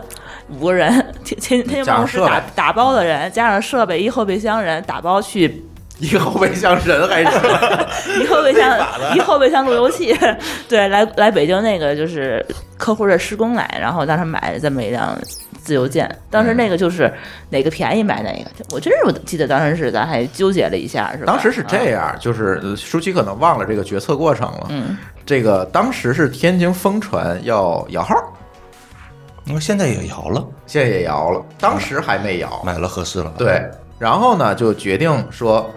Speaker 7: 五个人，天天天津办公室
Speaker 3: 加上
Speaker 7: 打
Speaker 3: 设备
Speaker 7: 打包的人，加上设备一后备箱人打包去
Speaker 3: 一个后备箱人还是
Speaker 7: 一后备箱，一后备箱路由器， 对，来来北京那个就是客户的施工来，然后当时买了这么一辆自由舰，当时那个就是哪个便宜买哪个，我真是我记得当时是咱还纠结了一下，是吧？
Speaker 3: 当时是这
Speaker 7: 啊，
Speaker 3: 样，就是呃舒淇可能忘了这个决策过程了。
Speaker 7: 嗯，
Speaker 3: 这个当时是天津风传要摇号，
Speaker 5: 因为现在也摇了，
Speaker 3: 现在也摇了，
Speaker 7: 嗯
Speaker 3: 当时还没摇。
Speaker 5: 买了合适了。，
Speaker 3: 哦对，然后呢就决定说，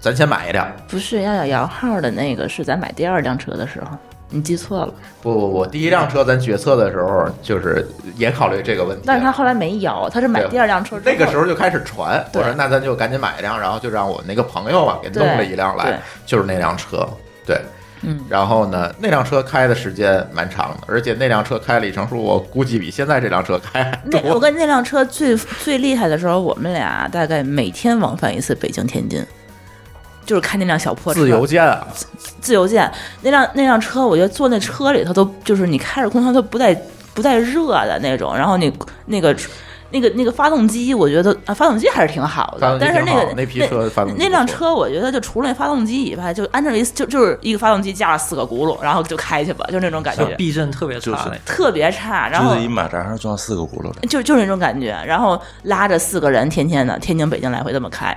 Speaker 3: 咱先买一辆。
Speaker 7: 不是要要摇号的那个是咱买第二辆车的时候，你记错了，
Speaker 3: 不不不，第一辆车咱决策的时候就是也考虑这个问题了，
Speaker 7: 但是他后来没摇，他是买
Speaker 3: 对
Speaker 7: 第二辆车之后
Speaker 3: 那个时候就开始传，我
Speaker 7: 对
Speaker 3: 说那咱就赶紧买一辆，然后就让我那个朋友啊给弄
Speaker 7: 对
Speaker 3: 了一辆
Speaker 7: 对
Speaker 3: 来，就是那辆车，对，
Speaker 7: 嗯，
Speaker 3: 然后呢，那辆车开的时间蛮长的，而且那辆车开里程数我估计比现在这辆车开还
Speaker 7: 那我
Speaker 3: 多。
Speaker 7: 跟那辆车最最厉害的时候，我们俩大概每天往返一次北京天津，就是开那辆小破 车，
Speaker 3: 自由舰啊，
Speaker 7: 自由舰那辆那辆车，我觉得坐那车里头都就是你开着空调都不带不带热的那种，然后你那个那个那个发动机，我觉得啊发动机还是挺好
Speaker 3: 发动
Speaker 7: 的，
Speaker 3: 机
Speaker 7: 但是
Speaker 3: 挺
Speaker 7: 那
Speaker 3: 好
Speaker 7: 个
Speaker 3: 啊那批车发动机
Speaker 7: 那
Speaker 3: 不
Speaker 7: 辆
Speaker 3: 错
Speaker 7: 车，我觉得就除了那发动机以外，就安着一就就是一个发动机加了四个轱辘，然后就开去吧，就那种感
Speaker 4: 就
Speaker 7: 觉。
Speaker 4: 避震特别差
Speaker 5: 就是
Speaker 4: 那
Speaker 7: 特别差，然
Speaker 5: 就
Speaker 7: 后
Speaker 5: 是一马扎上装四个轱辘的。
Speaker 7: 就就是那种感觉，然后拉着四个人，天天的天津北京来回这么开，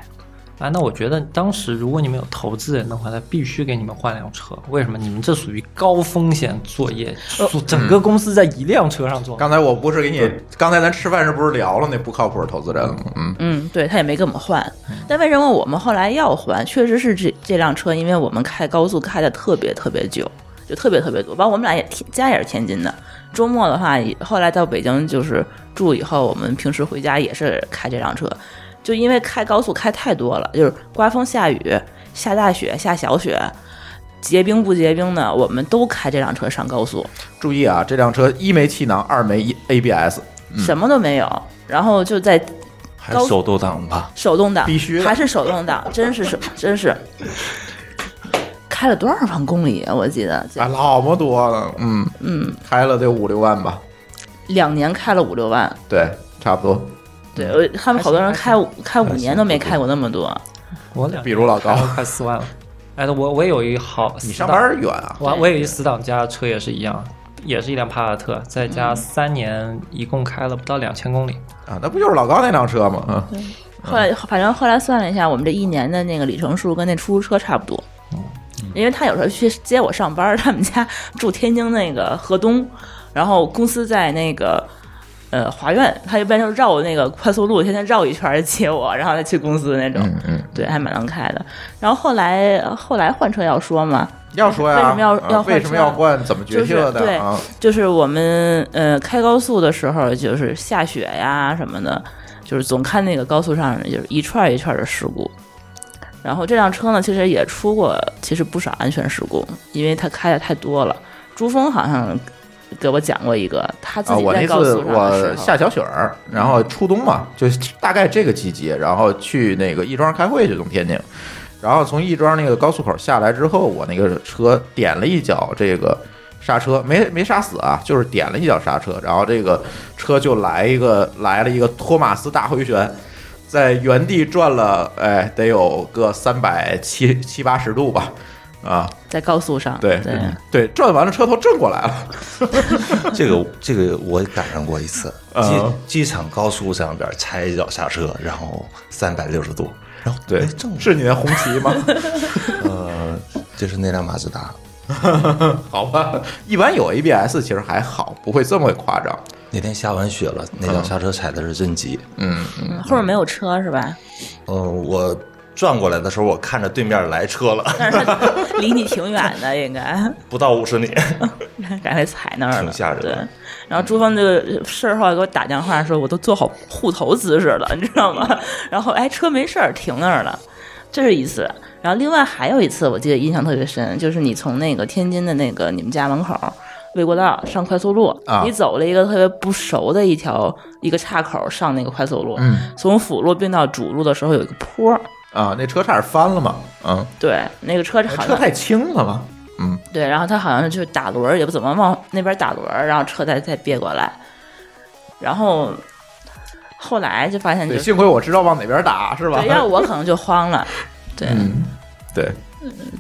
Speaker 4: 啊，那我觉得当时如果你们有投资人的话，他必须给你们换辆车。为什么？你们这属于高风险作业，
Speaker 7: 呃
Speaker 4: 做整个公司在一辆车上做。
Speaker 3: 刚才我不是给你，刚才咱吃饭时不是聊了那不靠谱投资人吗？嗯，
Speaker 7: 嗯，对他也没跟我们换，但为什么我们后来要换？确实是这这辆车，因为我们开高速开的特别特别久，就特别特别多。包括我们俩也天家也是天津的，周末的话，也后来到北京就是住以后，我们平时回家也是开这辆车，就因为开高速开太多了，就是刮风下雨、下大雪、下小雪，结冰不结冰的，我们都开这辆车上高速。
Speaker 3: 注意啊，这辆车一没气囊，二 E，没 ABS，
Speaker 7: 什么都没有，然后就在
Speaker 5: 还
Speaker 7: 高
Speaker 5: 手动挡吧，
Speaker 7: 手动挡，
Speaker 3: 必须的
Speaker 7: 还是手 动挡，真是手，真是开了多少万公里啊？我记得
Speaker 3: 啊，老么多了，嗯嗯，开了得五六万吧，
Speaker 7: 两年开了五六万，
Speaker 3: 对，差不多。
Speaker 7: 对，
Speaker 3: 嗯
Speaker 7: 我他们好多人开五开五年都没开过那么多，
Speaker 4: 我俩
Speaker 3: 比如老高，
Speaker 4: 快四万了。哎，我我也有一好，
Speaker 3: 你上班儿远啊，
Speaker 4: 我我有一死党家的车也是一样，也是一辆帕萨特，在
Speaker 7: 嗯
Speaker 4: 家三年一共开了不到两千公里。
Speaker 3: 啊，那不就是老高那辆车吗？啊，
Speaker 7: 后来反正后来算了一下，我们这一年的那个里程数跟那出租车差不多。
Speaker 3: 哦
Speaker 7: 因为他有时候去接我上班儿，他们家住天津那个河东，然后公司在那个呃华苑，他一般就绕那个快速路，天天绕一圈儿接我，然后再去公司那种。
Speaker 3: 嗯嗯，
Speaker 7: 对，还蛮能开的。然后后来后来换车要说嘛，
Speaker 3: 要说呀，
Speaker 7: 为什么要
Speaker 3: 啊
Speaker 7: 要换
Speaker 3: 为什么
Speaker 7: 车
Speaker 3: 要换？怎么决
Speaker 7: 就是
Speaker 3: 定的、
Speaker 7: 对
Speaker 3: 啊？
Speaker 7: 就是我们呃开高速的时候，就是下雪呀什么的，就是总看那个高速上就是一串儿一串儿的事故。然后这辆车呢，其实也出过其实不少安全事故，因为它开的太多了。珠峰好像给我讲过一个，他自
Speaker 3: 啊，
Speaker 7: 己
Speaker 3: 我
Speaker 7: 在
Speaker 3: 那
Speaker 7: 高
Speaker 3: 次
Speaker 7: 速上的时
Speaker 3: 我
Speaker 7: 候，
Speaker 3: 下小雪儿，然后初冬嘛，就大概这个季节，然后去那个亦庄开会去，从天津，然后从亦庄那个高速口下来之后，我那个车点了一脚这个刹车，没没刹死啊，就是点了一脚刹车，然后这个车就来一个来了一个托马斯大回旋。在原地转了，哎，得有个三百七七八十度吧，啊，
Speaker 7: 在高速上，
Speaker 3: 对
Speaker 7: 对，
Speaker 3: 对，转完了车头正过来了，
Speaker 5: 这个这个我赶上过一次，
Speaker 3: 啊
Speaker 5: 机机场高速上边踩一脚刹车，然后三百六十度，然后
Speaker 3: 对
Speaker 5: 哎正，好
Speaker 3: 是你的红旗吗？
Speaker 5: 呃，就是那辆马自达，
Speaker 3: 好吧，一般有 ABS 其实还好，不会这么夸张。
Speaker 5: 那天下完雪了，那脚刹车踩的是真急。
Speaker 3: 嗯，
Speaker 7: 嗯后面没有车是吧？
Speaker 5: 嗯、我转过来的时候，我看着对面来车了，
Speaker 7: 但 是它离你挺远的，应该
Speaker 5: 不到五十米。
Speaker 7: 赶紧踩那儿了，
Speaker 5: 挺吓人的
Speaker 7: 对，然后朱峰就事后来给我打电话说，我都做好护头姿势了，你知道吗？ 然后哎，车没事儿，停那儿了，这是一次。然后另外还有一次，我记得印象特别深，就是你从那个天津的那个你们家门口。魏国道上快速路，
Speaker 3: 啊
Speaker 7: 你走了一个特别不熟的一条一个岔口上那个快速路，
Speaker 3: 嗯
Speaker 7: 从辅路变到主路的时候有一个坡儿，
Speaker 3: 啊，那车差点翻了嘛，嗯，
Speaker 7: 对，那个车
Speaker 5: 哎
Speaker 7: 好像
Speaker 3: 车太轻了嘛，嗯，
Speaker 7: 对，然后他好像就是打轮儿，也不怎么往那边打轮儿，然后车再再别过来，然后后来就发现就
Speaker 3: 对，幸亏我知道往哪边打，是吧
Speaker 7: 对，？要我可能就慌了，对、
Speaker 3: 嗯， 对，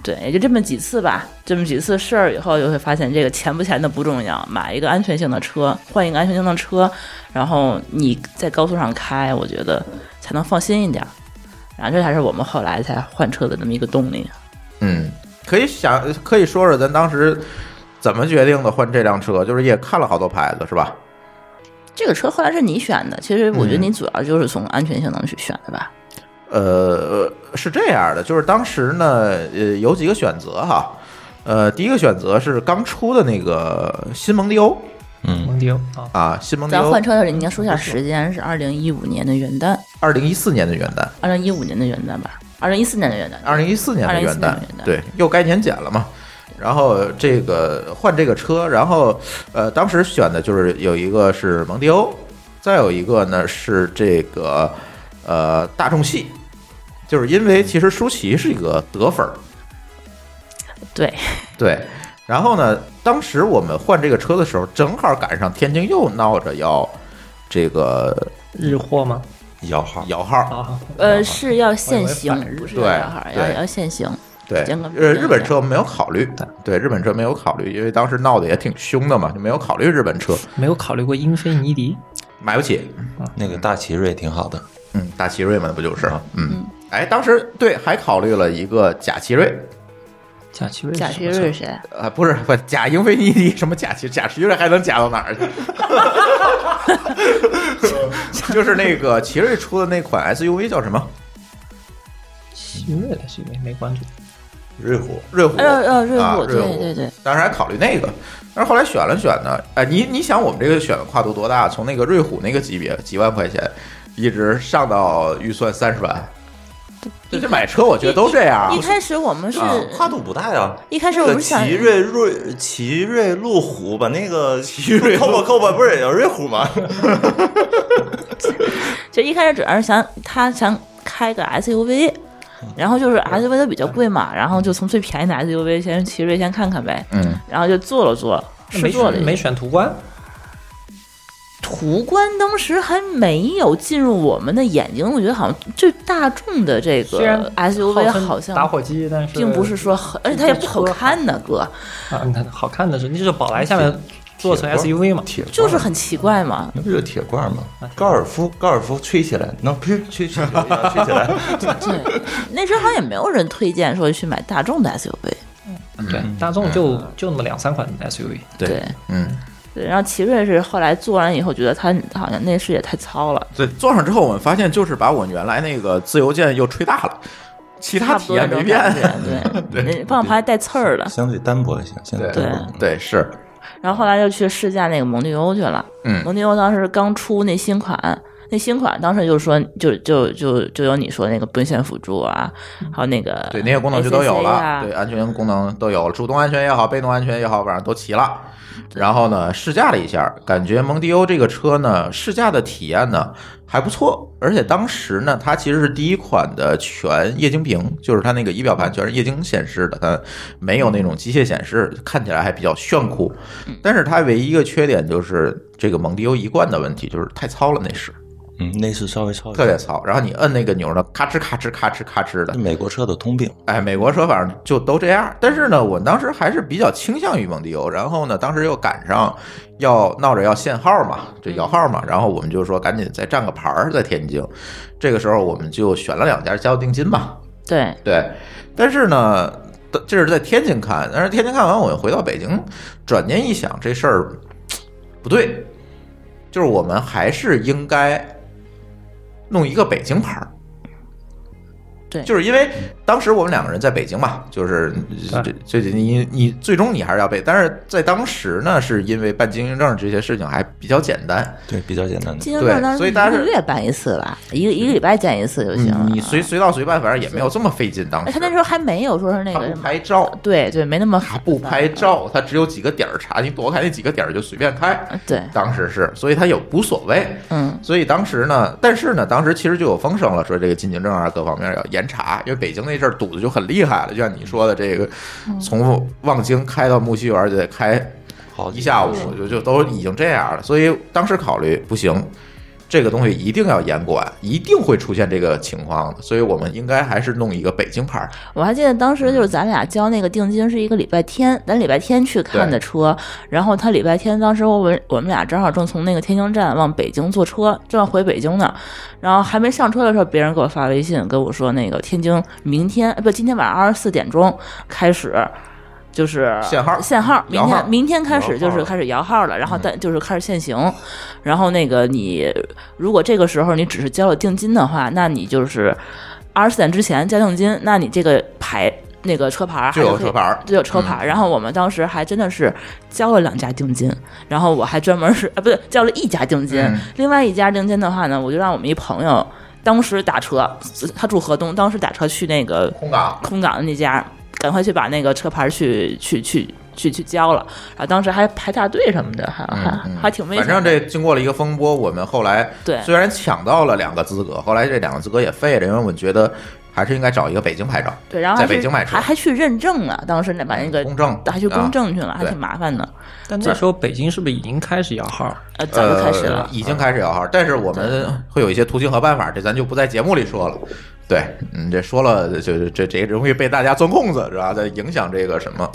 Speaker 7: 对，也就这么几次吧，这么几次事儿以后就会发现这个钱不钱的不重要，买一个安全性的车，换一个安全性的车，然后你在高速上开，我觉得才能放心一点儿，然后这才是我们后来才换车的这么一个动力。
Speaker 3: 嗯，可以想，可以说说咱当时怎么决定的换这辆车，就是也看了好多牌子，是吧？
Speaker 7: 这个车后来是你选的，其实我觉得
Speaker 3: 嗯
Speaker 7: 你主要就是从安全性能去选的吧。
Speaker 3: 呃，是这样的，就是当时呢，呃，有几个选择哈，呃，第一个选择是刚出的那个新蒙迪欧
Speaker 5: 嗯，
Speaker 4: 蒙迪欧啊，
Speaker 3: 啊，新蒙迪
Speaker 7: 咱
Speaker 3: 欧
Speaker 7: 换，车的时候，你应该说一下时间，是二零一五年的元旦，
Speaker 3: 二零一四年的元旦。
Speaker 7: 二零一五年的元旦吧，二零一四年的元旦，
Speaker 3: 二零一四年的元
Speaker 7: 2014年
Speaker 3: 旦
Speaker 7: 的元，旦
Speaker 3: 对，又该年检了嘛。然后这个换这个车，然后呃，当时选的就是有一个是蒙迪欧，再有一个呢是这个呃大众系，就是因为其实舒淇是一个德粉儿，
Speaker 7: 对，
Speaker 3: 对。然后呢，当时我们换这个车的时候，正好赶上天津又闹着要这个
Speaker 4: 日货吗？
Speaker 5: 摇号，
Speaker 3: 摇号，
Speaker 4: 啊，
Speaker 7: 呃，是要限
Speaker 4: 我以为
Speaker 7: 行
Speaker 4: 反，
Speaker 7: 不是
Speaker 3: 对
Speaker 7: 摇号，要
Speaker 3: 对
Speaker 7: 要限行，
Speaker 3: 对，
Speaker 7: 间隔
Speaker 3: 呃，日本车没有考虑，对，日本车没有考虑，因为当时闹得也挺凶的嘛，就没有考虑日本 车，
Speaker 4: 没有考虑过英菲尼迪。
Speaker 3: 买不起，
Speaker 5: 那个大奇瑞挺好的，
Speaker 3: 嗯，大奇瑞嘛，那不就是，嗯，哎，当时对还考虑了一个假奇瑞，
Speaker 4: 贾奇瑞是什
Speaker 7: 贾
Speaker 4: 么车，
Speaker 7: 旭瑞是谁？
Speaker 3: 啊，不是不假英菲尼迪，什么假奇假奇瑞还能假到哪儿 去？就是那个奇瑞出的那款 SUV 叫什么？
Speaker 4: 奇瑞的是没没关注。
Speaker 5: 瑞虎。
Speaker 3: 瑞虎，
Speaker 7: 呃呃，瑞
Speaker 3: 啊
Speaker 7: 虎，
Speaker 3: 瑞虎
Speaker 7: 对对对，
Speaker 3: 当时还考虑那个，但是后来选了选呢，哎，你你想我们这个选的跨度多大？从那个瑞虎那个级别几万块钱，一直上到预算三十万，这这买车我觉得都这样
Speaker 7: 一。开始我们是，
Speaker 3: 啊
Speaker 5: 跨度不大呀，
Speaker 7: 一开始
Speaker 5: 这
Speaker 7: 我
Speaker 5: 个
Speaker 7: 们想
Speaker 5: 奇瑞瑞奇瑞路虎把那个奇
Speaker 3: 瑞
Speaker 5: 扣吧扣吧，不是也叫瑞虎吗？
Speaker 7: 就一开始主要是想他想开个 SUV，
Speaker 3: 嗯
Speaker 7: 然后就是 SUV 都比较贵嘛，然后就从最便宜的 SUV 先奇瑞先看看呗，
Speaker 3: 嗯，
Speaker 7: 然后就坐了坐，试
Speaker 4: 没
Speaker 7: 坐了一
Speaker 4: 选没选途观，
Speaker 7: 途观当时还没有进入我们的眼睛，我觉得好像就大众的这
Speaker 4: 虽然
Speaker 7: 个 SUV
Speaker 4: 称
Speaker 7: 好
Speaker 4: 打
Speaker 7: 像
Speaker 4: 火机，但是
Speaker 7: 并不是说很，而且它也不好看呢，哥，
Speaker 4: 啊，你看好看的是，那就是宝来下面做成
Speaker 5: 铁锅
Speaker 4: SUV 嘛，
Speaker 5: 铁罐
Speaker 7: 就是很奇怪嘛。
Speaker 5: 那不就是铁罐吗？高尔夫，高尔夫吹起来，能吹吹 起来，吹起来。
Speaker 4: 嗯
Speaker 7: 对， 那时候好像也没有人推荐说去买大众的 SUV。
Speaker 4: 对，大众就就那么两三款 SUV，
Speaker 7: 对，
Speaker 3: 嗯，
Speaker 7: 对，然后奇瑞是后来做完以后，觉得它好像内饰也太糙了，
Speaker 3: 对，坐上之后我们发现，就是把我原来那个自由舰又吹大了，其他
Speaker 7: 差不
Speaker 3: 体
Speaker 7: 多那
Speaker 3: 验没
Speaker 7: 种
Speaker 3: 变
Speaker 7: 感。 觉。对，那方向盘还带刺儿了。
Speaker 5: 相对单薄一些，相对
Speaker 3: 对
Speaker 5: 单薄
Speaker 3: 对，是，
Speaker 7: 然后后来就去试驾那个蒙迪欧去了。
Speaker 3: 嗯
Speaker 7: 蒙迪欧当时刚出那新款，那新款当时就说，就就就就有你说那个奔现辅助啊，还有那个
Speaker 3: 对那些功能就都有
Speaker 7: ACC 啊
Speaker 3: 了，对安全功能都有了，主动安全也好，被动安全也好，反正都齐了。然后呢，试驾了一下，感觉蒙迪欧这个车呢，试驾的体验呢还不错，而且当时呢，它其实是第一款的全液晶屏，就是它那个仪表盘全是液晶显示的，它没有那种机械显示，看起来还比较炫酷。但是它唯一一个缺点就是这个蒙迪欧一贯的问题，就是太糙了，内饰
Speaker 5: 嗯，内饰稍微超一
Speaker 3: 特别
Speaker 5: 点，
Speaker 3: 糙。然后你摁那个钮呢，咔哧咔哧咔哧咔哧的，
Speaker 5: 美国车的通病。
Speaker 3: 哎，美国车反正就都这样。但是呢，我当时还是比较倾向于蒙迪欧。然后呢，当时又赶上要闹着要限号嘛，这摇号嘛，然后我们就说赶紧再占个牌儿在天津。这个时候我们就选了两家交定金吧。
Speaker 7: 对
Speaker 3: 对，但是呢，这是在天津看，但是天津看完我又回到北京，转念一想这事儿不对，就是我们还是应该弄一个北京牌儿。
Speaker 7: 对
Speaker 3: 就是因为当时我们两个人在北京嘛，就是
Speaker 4: 对
Speaker 3: 这这你你最终你还是要背，但是在当时呢，是因为办经营证这些事情还比较简单，
Speaker 5: 对，比较简单的。
Speaker 7: 金牛
Speaker 3: 对
Speaker 7: 座当
Speaker 3: 所
Speaker 7: 时
Speaker 3: 以
Speaker 7: 一
Speaker 3: 大家
Speaker 7: 个
Speaker 3: 是嗯
Speaker 7: 月办一次吧，一个一个礼拜见一次就行了。
Speaker 3: 你随随到随办，反正也没有这么费劲。当
Speaker 7: 哎
Speaker 3: 时
Speaker 7: 他那时候还没有说是那
Speaker 3: 他
Speaker 7: 个
Speaker 3: 不
Speaker 7: 什么，
Speaker 3: 拍照，
Speaker 7: 对对，没那么
Speaker 3: 他不拍照，他只有几个点儿查，你躲开那几个点儿就随便开。
Speaker 7: 啊对，
Speaker 3: 当时是，所以他也无所谓。
Speaker 7: 嗯，
Speaker 3: 所以当时呢，但是呢，当时其实就有风声了，说这个进京证啊各方面要严查，因为北京那阵儿堵的就很厉害了，就像你说的，这个从望京开到木樨园就得开
Speaker 5: 好
Speaker 3: 一下午，就就都已经这样了。所以当时考虑不行，这个东西一定要严管，一定会出现这个情况的，所以我们应该还是弄一个北京牌儿。
Speaker 7: 我还记得当时就是咱俩交那个定金是一个礼拜天，咱礼拜天去看的车，然后他礼拜天当时我们我们俩正好正从那个天津站往北京坐车，正要回北京呢，然后还没上车的时候，别人给我发微信跟我说那个天津明天呃不今天晚上二十四点钟开始。就是
Speaker 3: 限号
Speaker 7: 限号，明
Speaker 3: 摇号
Speaker 7: 天明天开始就
Speaker 5: 摇号
Speaker 7: 是
Speaker 5: 了
Speaker 7: 开始摇号了，然后但就是开始限行，然后那个你如果这个时候你只是交了定金的话，那你就是二十四点之前交定金，那你这个牌那个车牌儿还
Speaker 3: 就是有
Speaker 7: 可以
Speaker 3: 车牌儿嗯
Speaker 7: 就有车牌儿。然后我们当时还真的是交了两家定金，然后我还专门是啊， 不对，交了一家定金，
Speaker 3: 嗯
Speaker 7: 另外一家定金的话呢，我就让我们一朋友当时打车，他住河东，当时打车去那个
Speaker 3: 空港
Speaker 7: 空港的那家，赶快去把那个车牌去去去去去交了。然后当时还排大队什么的，还还、啊还挺危
Speaker 3: 嗯
Speaker 7: 险
Speaker 3: 反
Speaker 7: 的。
Speaker 3: 正这经过了一个风波，我们后来
Speaker 7: 对
Speaker 3: 虽然抢到了两个资格，后来这两个资格也废了，因为我们觉得还是应该找一个北京牌照，
Speaker 7: 对，然后
Speaker 3: 在
Speaker 7: 还是
Speaker 3: 北京买车
Speaker 7: 还还去认证了，当时那把那个
Speaker 3: 公证
Speaker 7: 还去公
Speaker 3: 啊
Speaker 7: 证去了，还
Speaker 3: 对
Speaker 7: 挺麻烦的。
Speaker 4: 但那时候北京是不是已经开始摇号？
Speaker 7: 呃，早就开始了
Speaker 3: 呃，，已经开始摇号，但是我们会有一些途径和办法，这咱就不在节目里说了。对，嗯，这说了就是这这这容易被大家钻空子，是吧？这影响这个什么，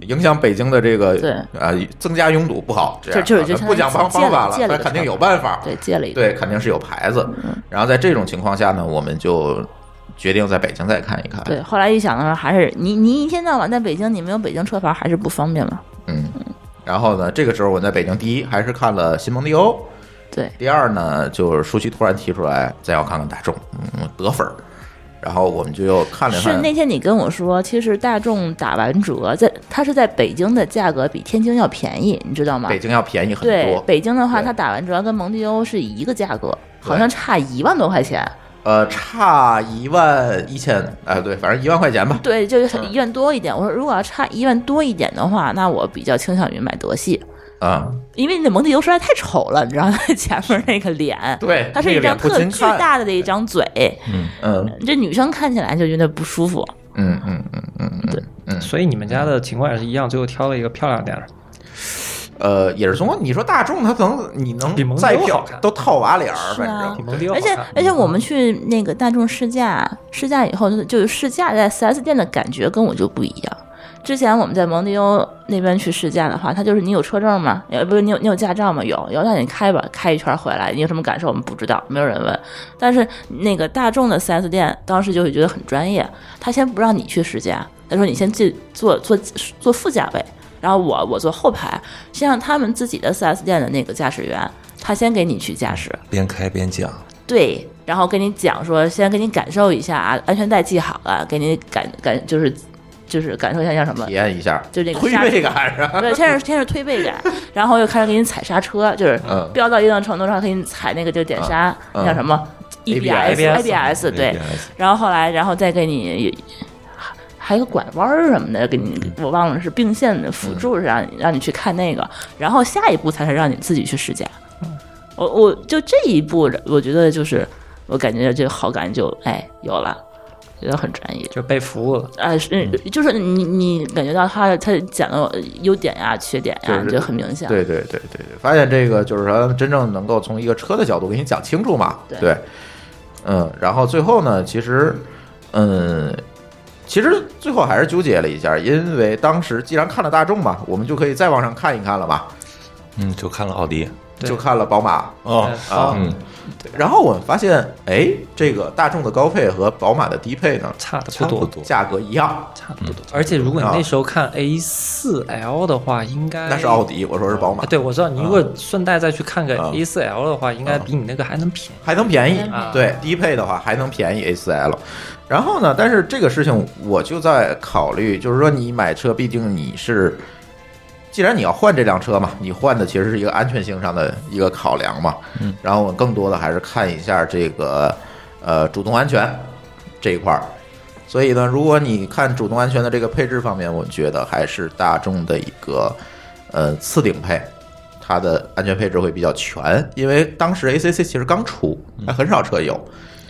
Speaker 3: 影响北京的这个
Speaker 7: 对
Speaker 3: 啊，增加拥堵不好。这样
Speaker 7: 就就就
Speaker 3: 咱不讲方
Speaker 7: 相当
Speaker 3: 方
Speaker 7: 于
Speaker 3: 法
Speaker 7: 借了借了一
Speaker 3: 咱
Speaker 7: 个
Speaker 3: 肯定
Speaker 7: 车
Speaker 3: 有办法。
Speaker 7: 对，借了一个，
Speaker 3: 呃对，肯定是有牌子。
Speaker 7: 嗯
Speaker 3: 然后在这种情况下呢，我们就决定在北京再看一看。
Speaker 7: 对。后来一想呢，还是你你一天到晚在北京，你没有北京车牌还是不方便嘛。
Speaker 3: 嗯。然后呢，这个时候我在北京，第一还是看了新蒙迪欧，
Speaker 7: 对，
Speaker 3: 第二呢就是舒淇突然提出来再要看看大众，嗯，得分儿。然后我们就又看了
Speaker 7: 是
Speaker 3: 看，
Speaker 7: 那天你跟我说，其实大众打完折，在它是在北京的价格比天津要便宜，你知道吗
Speaker 3: 北？京要便宜很
Speaker 7: 对
Speaker 3: 多，。
Speaker 7: 北京的话，
Speaker 3: 对
Speaker 7: 它打完折跟蒙迪欧是一个价格，
Speaker 3: 对
Speaker 7: 好像差一万多块钱。
Speaker 3: 呃，差一万一千，哎，对，反正一万块钱吧。
Speaker 7: 对，就是
Speaker 3: 嗯
Speaker 7: 一万多一点。我说如果要差一万多一点的话，那我比较倾向于买德系，
Speaker 3: 啊、
Speaker 7: 因为那蒙迪欧实在太丑了，你知道 吗前面那个脸，
Speaker 3: 对
Speaker 7: 它是
Speaker 3: 那
Speaker 7: 一
Speaker 3: 个脸
Speaker 7: 张
Speaker 3: 不
Speaker 7: 特
Speaker 3: 禁
Speaker 7: 巨
Speaker 3: 看
Speaker 7: 大的一张嘴，
Speaker 3: 嗯
Speaker 7: 这女生看起来就觉得不舒服。
Speaker 3: 嗯嗯嗯嗯嗯，
Speaker 4: 所以你们家的情况也是一样，最后挑了一个漂亮点儿。
Speaker 3: 呃，也是从你说大众，它能你
Speaker 4: 比蒙
Speaker 3: 能
Speaker 4: 迪
Speaker 3: 再
Speaker 4: 欧
Speaker 3: 票
Speaker 4: 好看
Speaker 3: 都套娃脸儿，
Speaker 7: 是
Speaker 3: 反
Speaker 7: 啊
Speaker 3: 正
Speaker 4: 比蒙迪欧好
Speaker 7: 而且
Speaker 4: 看嗯
Speaker 7: 而且我们去那个大众试驾，试驾以后就是就是试驾在 4S 店的感觉跟我就不一样。之前我们在蒙迪欧那边去试驾的话，他就是你有车证吗？呃，不是你有你有驾照吗？有，有那你开吧，开一圈回来，你有什么感受？我们不知道，没有人问。但是那个大众的 4S 店当时就会觉得很专业，他先不让你去试驾，他说你先进坐坐坐副驾位，然后我我坐后排，先让他们自己的 4S 店的那个驾驶员，他先给你去驾驶，
Speaker 5: 边开边讲，
Speaker 7: 对，然后跟你讲说，先给你感受一下啊，安全带系好了，给你感感就是就是感受一下叫什么
Speaker 3: 体，验一下，
Speaker 7: 就那个
Speaker 3: 推
Speaker 7: 刹
Speaker 3: 背感是吧？
Speaker 7: 对，先是先是推背 感，然后又开始给你踩刹车，就是
Speaker 3: 嗯
Speaker 7: 飙到一定程度上给你踩那个就是点刹，
Speaker 3: 嗯
Speaker 7: 那叫什么 E
Speaker 3: ABS
Speaker 7: ABS 对，然后后来然后再给你。还有个拐弯儿什么的，给你
Speaker 3: 嗯
Speaker 7: 我忘了是并线的辅助，是让你让你去看那个，然后下一步才是让你自己去试驾。
Speaker 3: 嗯
Speaker 7: 我我就这一步，我觉得就是我感觉这个好感就哎有了，觉得很专业。
Speaker 4: 就被服务了。
Speaker 7: 啊，
Speaker 3: 嗯
Speaker 7: 是，就是你你感觉到他他讲的优点呀、缺点呀，
Speaker 3: 就是
Speaker 7: 就很明显。
Speaker 3: 对对对对对，发现这个就是说真正能够从一个车的角度给你讲清楚嘛，对，
Speaker 7: 对
Speaker 3: 嗯，然后最后呢，其实，嗯。其实最后还是纠结了一下，因为当时既然看了大众嘛，我们就可以再往上看一看了嘛，
Speaker 5: 嗯，就看了奥迪
Speaker 4: 对
Speaker 3: 就看了宝马
Speaker 5: 哦
Speaker 3: 啊。
Speaker 5: 嗯，
Speaker 3: 然后我们发现，哎，这个大众的高配和宝马的低配呢，
Speaker 4: 差的
Speaker 5: 差
Speaker 4: 不
Speaker 5: 不
Speaker 4: 多，
Speaker 5: 多，
Speaker 3: 价格一样，
Speaker 4: 差不多。而且如果你那时候看 A 四 L 的话，应该
Speaker 3: 那是奥迪，我说是宝马
Speaker 4: 啊。，对，我知道。你如果顺带再去看个
Speaker 3: 啊
Speaker 4: A 四 L 的话，应该比你那个还能便宜。
Speaker 3: 还能便宜
Speaker 4: 啊，
Speaker 3: 对，低配的话还能便宜 A4L。然后呢，但是这个事情我就在考虑，就是说你买车，毕竟你是，既然你要换这辆车嘛，你换的其实是一个安全性上的一个考量嘛。嗯，然后我更多的还是看一下这个呃主动安全这一块儿。所以呢，如果你看主动安全的这个配置方面，我觉得还是大众的一个呃次顶配，它的安全配置会比较全，因为当时 ACC 其实刚出，还很少车有。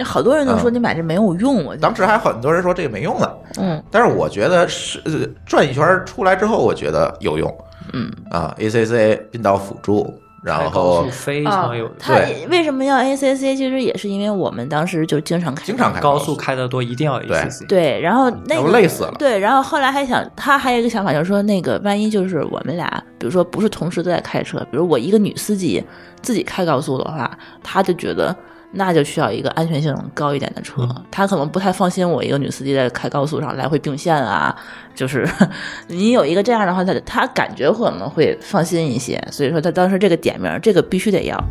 Speaker 7: 好多人都
Speaker 3: 嗯
Speaker 7: 说你买这没有用，我觉得
Speaker 3: 当时还很多人说这个没用呢，
Speaker 7: 嗯，
Speaker 3: 但是我觉得是、呃转一圈儿出来之后，我觉得有用。
Speaker 7: 嗯
Speaker 3: 啊，ACC 并道辅助，然后
Speaker 4: 是非常有
Speaker 7: 啊，他
Speaker 3: 对
Speaker 7: 为什么要 ACC？其实也是因为我们当时就经常开，
Speaker 3: 经常开
Speaker 4: 高
Speaker 3: 速
Speaker 4: 速开的多，一定要 ACC。
Speaker 7: 对，然后那
Speaker 3: 要
Speaker 7: 个
Speaker 3: 不累死了
Speaker 7: 对，然后后来还想，他还有一个想法，就是说那个万一就是我们俩，比如说不是同时都在开车，比如我一个女司机自己开高速的话，他就觉得那就需要一个安全性高一点的车，他可能不太放心我一个女司机在开高速上来回并线啊，就是 你有一个这样的话，他他感觉可能会放心一些，所以说他当时这个点名儿，这个必须得要，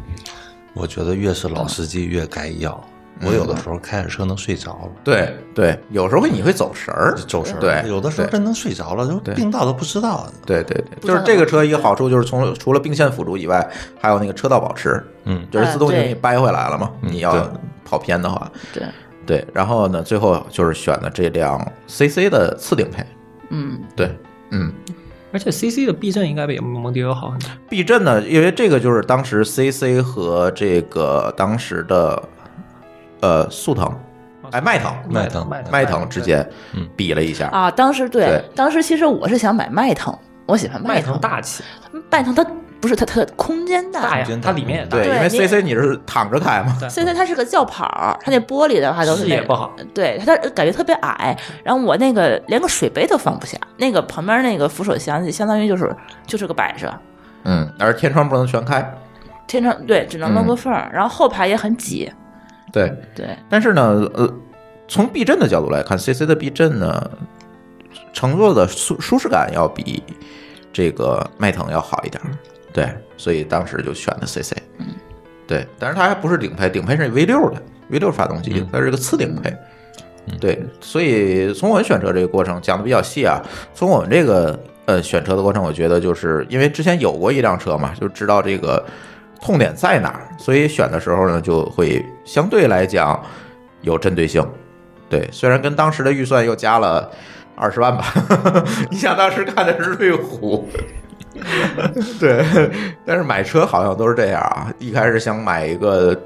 Speaker 5: 我觉得越是老司机越该要。
Speaker 3: 嗯
Speaker 5: 我有的时候开着车能睡着了。
Speaker 3: 对对，有时候你会走神儿，
Speaker 5: 走神儿
Speaker 3: 嗯对
Speaker 5: 有的时候
Speaker 3: 对
Speaker 5: 真能睡着了，就病到都不知道。
Speaker 3: 对对对，就是这个车一个好处就是从除了并线辅助以外，还有那个车道保持，
Speaker 5: 嗯
Speaker 3: 就是自动就
Speaker 7: 啊
Speaker 3: 给你掰回来了嘛。
Speaker 5: 嗯
Speaker 3: 你要
Speaker 5: 对
Speaker 3: 跑偏的话，
Speaker 7: 对，
Speaker 3: 对。然后呢，最后就是选的这辆 CC 的次顶配，
Speaker 7: 嗯，
Speaker 3: 对，嗯。
Speaker 4: 而且 CC 的避震应该比蒙迪欧好很多。
Speaker 3: 避震呢，因为这个就是当时 CC 和这个当时的呃速腾，
Speaker 7: 啊
Speaker 3: 哎迈腾
Speaker 5: 迈腾嗯
Speaker 3: 迈腾之间比了一下，
Speaker 7: 啊，当时对，
Speaker 3: 对
Speaker 7: 当时其实我是想买迈腾，我喜欢
Speaker 4: 迈
Speaker 7: 腾
Speaker 4: 腾大气，
Speaker 7: 迈腾它不是它它的空间大
Speaker 4: 大呀
Speaker 5: 空间，大
Speaker 4: 它里面也大。
Speaker 3: 对，
Speaker 7: 对
Speaker 3: 因为
Speaker 7: 你
Speaker 3: CC 你是躺着开嘛，
Speaker 7: 所以它它是个轿跑儿，它那玻璃的话都是
Speaker 4: 视
Speaker 7: 那
Speaker 4: 野
Speaker 7: 个嗯
Speaker 4: 不好，
Speaker 7: 对它它感觉特别矮。然后我那个连个水杯都放不下，那个旁边那个扶手箱相当于就是就是个摆设，
Speaker 3: 嗯，而天窗不能全开，
Speaker 7: 天窗对只能露个缝
Speaker 4: 嗯
Speaker 7: 儿，然后后排也很挤，
Speaker 3: 对，
Speaker 7: 对
Speaker 3: 但是呢，呃，从避震的角度来看，CC 的避震呢，乘坐的舒舒适感要比这个迈腾要好一点儿，对，所以当时就选的 CC，嗯，对，但是它还不是顶配，顶配是 V 六的 V 六发动机，它是个次顶配。对，所以从我们选车这个过程讲的比较细啊。从我们这个呃选车的过程，我觉得就是因为之前有过一辆车嘛，就知道这个痛点在哪儿，所以选的时候呢，就会相对来讲有针对性。对，虽然跟当时的预算又加了二十万吧， 你想当时看的是瑞虎， 对，但是买车好像都是这样啊，一开始想买一个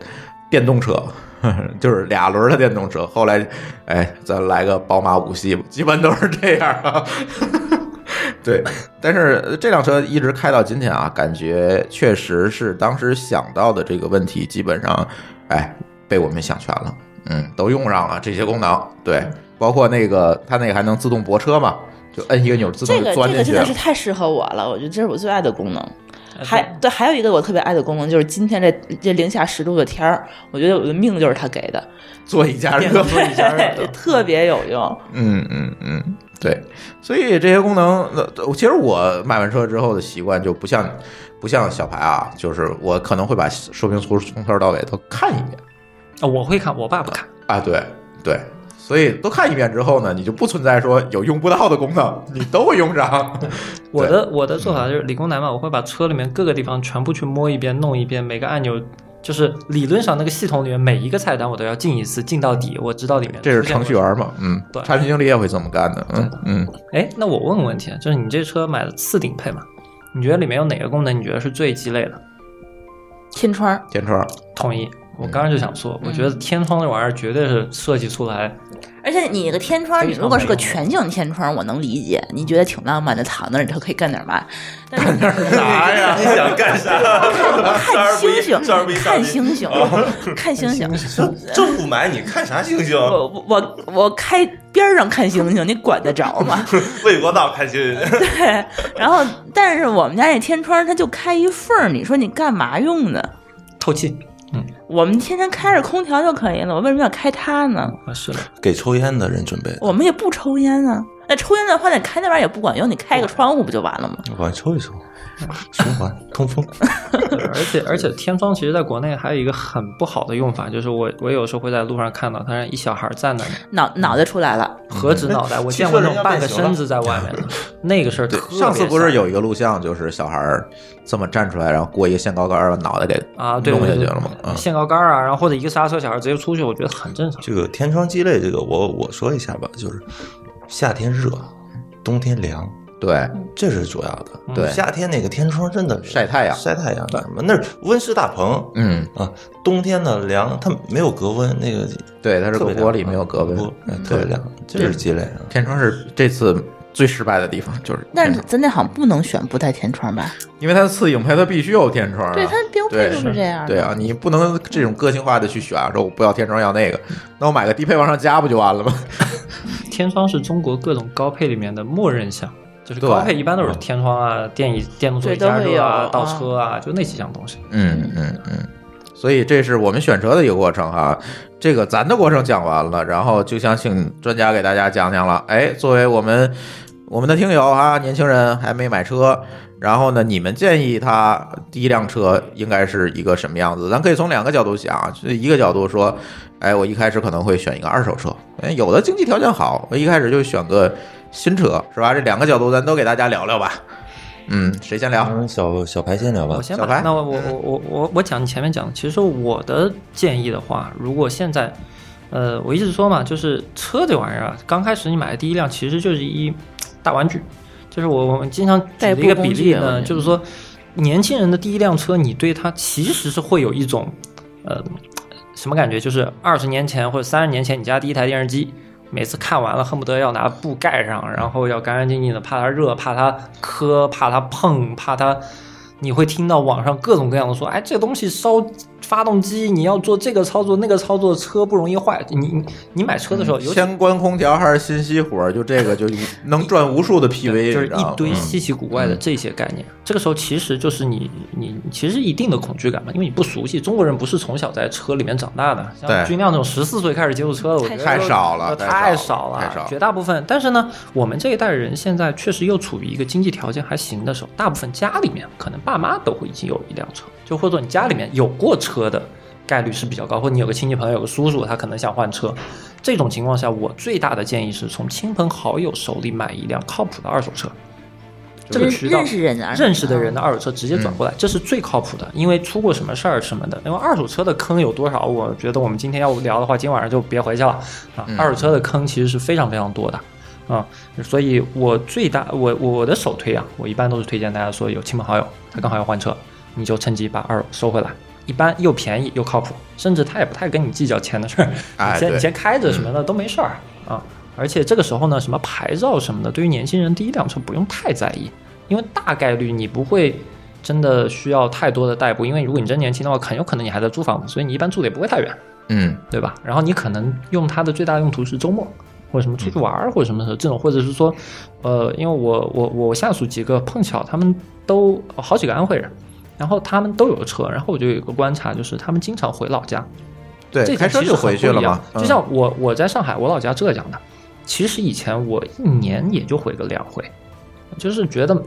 Speaker 3: 电动车。 就是俩轮儿的电动车，后来，哎，再来个宝马五系吧，基本都是这样啊。 对，但是呃这辆车一直开到今天啊，感觉确实是当时想到的这个问题，基本上，哎，被我们想全了，嗯，都用上了这些功能，对，包括那个它那个还能自动泊车嘛，就摁一个钮儿自动
Speaker 7: 这
Speaker 3: 就
Speaker 7: 个
Speaker 3: 钻进
Speaker 7: 这个
Speaker 3: 去
Speaker 7: 真
Speaker 3: 了
Speaker 7: 的是，太适合我了，我觉得这是我最爱的功能。
Speaker 4: 呃
Speaker 7: 还对，还有一个我特别爱的功能就是今天这这零下十度的天儿，我觉得我的命就是它给的，
Speaker 3: 座椅加热，
Speaker 7: 对，特别有用。
Speaker 3: 嗯嗯嗯，对，所以这些功能，那我其实我买完车之后的习惯就不像不像小排啊，就是我可能会把说明书从头到尾都看一遍
Speaker 4: 啊我会看，我爸不看。
Speaker 3: 啊，对对，所以多看一遍之后呢，你就不存在说有用不到的功能，你都会用 上。
Speaker 4: 我的我的做法就是理工男嘛，我会把车里面各个地方全部去摸一遍、弄一遍，每个按钮。就是理论上那个系统里面每一个菜单我都要进一次，进到底，我知道里面。
Speaker 3: 这是程序员嘛？嗯，
Speaker 4: 对
Speaker 3: 产品经理也会这么干的。嗯嗯，
Speaker 4: 哎，那我问个问题，就是你这车买的次顶配嘛？你觉得里面有哪个功能你觉得是最鸡肋的？
Speaker 7: 天窗儿
Speaker 3: 天窗，
Speaker 4: 同意。我刚刚就想说，我觉
Speaker 7: 嗯
Speaker 4: 得天窗这玩意儿绝对是设计出来，
Speaker 7: 而且你那个天窗，
Speaker 4: 非
Speaker 7: 你
Speaker 4: 常
Speaker 7: 如果是个
Speaker 4: 美
Speaker 7: 全景天窗，我能理解，你觉得挺浪漫的，躺那儿你就可以干点嘛。但是
Speaker 5: 啥呀？ 你想干啥？
Speaker 7: 看星星
Speaker 5: 这儿不一，
Speaker 7: 看星星，看星星。
Speaker 5: 这雾霾你看啥星星？
Speaker 7: 我我我开边儿上看星星，你管得着吗？
Speaker 5: 魏国道看星星。
Speaker 7: 对。然后，但是我们家那天窗它就开一缝儿，你说你干嘛用呢？
Speaker 4: 透气。
Speaker 7: 我们天天开着空调就可以了，我为什么要开它呢？
Speaker 4: 啊，是的，
Speaker 5: 给抽烟的人准备，
Speaker 7: 我们也不抽烟啊。那抽烟的话，你开那玩意儿也不管用，你开个窗户不就完了吗？
Speaker 5: 往 抽一抽，循环通风。
Speaker 4: 对而且而且天窗其实在国内还有一个很不好的用法，就是我我有时候会在路上看到，他让一小孩站在那儿，
Speaker 7: 脑脑袋出来了，
Speaker 4: 何止脑袋，我见过那种半个身子在外面 的，那个事儿特别吓
Speaker 3: 上
Speaker 4: 人。
Speaker 3: 次不是有一个录像，就是小孩儿这么站出来，然后过一个限高杆儿，把脑袋给
Speaker 4: 啊，对
Speaker 3: 弄下
Speaker 4: 对
Speaker 3: 去
Speaker 4: 对
Speaker 3: 了吗？嗯，
Speaker 4: 限高杆儿啊，然后或者一个刹车，小孩直接出去，我觉得很正常。
Speaker 5: 这个天窗鸡肋，这个我我说一下吧，就是夏天热，冬天凉，
Speaker 3: 对，
Speaker 5: 这是主要的。
Speaker 4: 嗯
Speaker 3: 对
Speaker 5: 夏天那个天窗真的
Speaker 3: 晒太阳
Speaker 5: 晒太阳干什么？那是温室大棚
Speaker 3: 嗯，
Speaker 5: 啊，冬天呢凉，它没有隔温，那个
Speaker 3: 对，它是
Speaker 5: 特
Speaker 3: 个
Speaker 5: 别凉
Speaker 3: 玻璃，没有隔温
Speaker 5: 不，哎
Speaker 3: 嗯
Speaker 5: 特别
Speaker 3: 对
Speaker 5: 凉，这是鸡肋啊。
Speaker 3: 天窗是这次最失败的地方，就是
Speaker 7: 但是咱那好像不能选不带天窗吧？
Speaker 3: 因为它次影配它必须有天窗啊，
Speaker 7: 对，它标配
Speaker 3: 对
Speaker 7: 就是这样的。
Speaker 3: 对啊，你不能这种个性化的去选，啊说我不要天窗要那个，那我买个低配往上加不就完了吗？
Speaker 4: 天窗是中国各种高配里面的默认项，就是高配一般都
Speaker 3: 嗯
Speaker 4: 是天窗啊、电椅、电动座椅
Speaker 7: 对都
Speaker 4: 加
Speaker 7: 会
Speaker 4: 热啊、
Speaker 7: 有
Speaker 4: 倒车啊，就那几项东西。
Speaker 3: 嗯嗯嗯，所以这是我们选车的一个过程哈。这个咱的过程讲完了，然后就想请专家给大家讲讲了。哎，作为我们我们的听友啊，年轻人还没买车，然后呢，你们建议他第一辆车应该是一个什么样子？咱可以从两个角度想啊，就是一个角度说，哎，我一开始可能会选一个二手车，哎，有的经济条件好，我一开始就选个新车，是吧？这两个角度咱都给大家聊聊吧。嗯，谁先聊？
Speaker 5: 嗯小小白先聊吧
Speaker 4: 我，先
Speaker 3: 小白
Speaker 4: 把那我我我我我我讲你前面讲的，其实我的建议的话，如果现在，呃，我一直说嘛，就是车这玩意儿啊，刚开始你买的第一辆其实就是一大玩具，就是我我们经常举的一个比例
Speaker 7: 代步工具
Speaker 4: 呢，
Speaker 7: 啊
Speaker 4: 就是说年轻人的第一辆车，你对它其实是会有一种，呃，什么感觉？就是二十年前或者三十年前你家第一台电视机。每次看完了，恨不得要拿布盖上，然后要干干净净的，怕它热，怕它磕，怕它碰，怕它你会听到网上各种各样的说，哎，这东西烧发动机，你要做这个操作那个操作，车不容易坏。你你你买车的时候，尤其
Speaker 3: 先嗯关空调还是先熄火？就这个 就能赚无数的 PV，
Speaker 4: 就
Speaker 3: 你
Speaker 4: 是
Speaker 3: 知道
Speaker 4: 一
Speaker 3: 吗
Speaker 4: 堆
Speaker 3: 嗯
Speaker 4: 稀奇古怪的这些概念。这个时候其实就是你你你其实一定的恐惧感嘛，因为你不熟悉，中国人不是从小在车里面长大的，
Speaker 3: 对
Speaker 4: 像军亮这种十四岁开始接触车的，我觉得
Speaker 3: 太少了
Speaker 4: 呃
Speaker 3: 太
Speaker 4: 太
Speaker 3: 少
Speaker 4: 少
Speaker 3: 了太少了
Speaker 4: 了，绝大部分。但是呢，我们这一代人现在确实又处于一个经济条件还行的时候，大部分家里面可能爸妈都会已经有一辆车，就或者说你家里面有过车的。概率是比较高，或者你有个亲戚朋友、有个叔叔，他可能想换车，这种情况下，我最大的建议是从亲朋好友手里买一辆靠谱的二手车。这个
Speaker 7: 认
Speaker 4: 渠道
Speaker 7: 认识人啊，
Speaker 4: 认识的人的二手车直接
Speaker 3: 嗯
Speaker 4: 转过来，这是最靠谱的，因为出过什么事儿什么的。因为二手车的坑有多少，我觉得我们今天要聊的话，今天晚上就别回去了啊
Speaker 3: 嗯。
Speaker 4: 二手车的坑其实是非常非常多的。啊、所以我最大我我的首推啊，我一般都是推荐大家说有亲朋好友，他刚好要换车，你就趁机把二手收回来，一般又便宜又靠谱，甚至他也不太跟你计较钱的 事儿，
Speaker 3: 哎
Speaker 4: 你先
Speaker 3: 对
Speaker 4: 你先开着什么的都没事儿啊。而且这个时候呢，什么牌照什么的，对于年轻人第一辆车不用太在意，因为大概率你不会真的需要太多的代步，因为如果你真年轻的话，很有可能你还在租房子，所以你一般住的也不会太远，
Speaker 3: 嗯，
Speaker 4: 对吧？然后你可能用它的最大用途是周末。或者什么出去玩儿，或者什么的这种，或者是说，呃，因为我我我下属几个碰巧他们都好几个安徽人，然后他们都有车，然后我就有一个观察，就是他们经常回老家，
Speaker 3: 对，
Speaker 4: 这
Speaker 3: 开
Speaker 4: 点
Speaker 3: 车
Speaker 4: 其实
Speaker 3: 就回去了嘛
Speaker 4: 很。不一样
Speaker 3: 嗯
Speaker 4: 就像我我在上海，我老家浙江的，其实以前我一年也就回个两回，就是觉得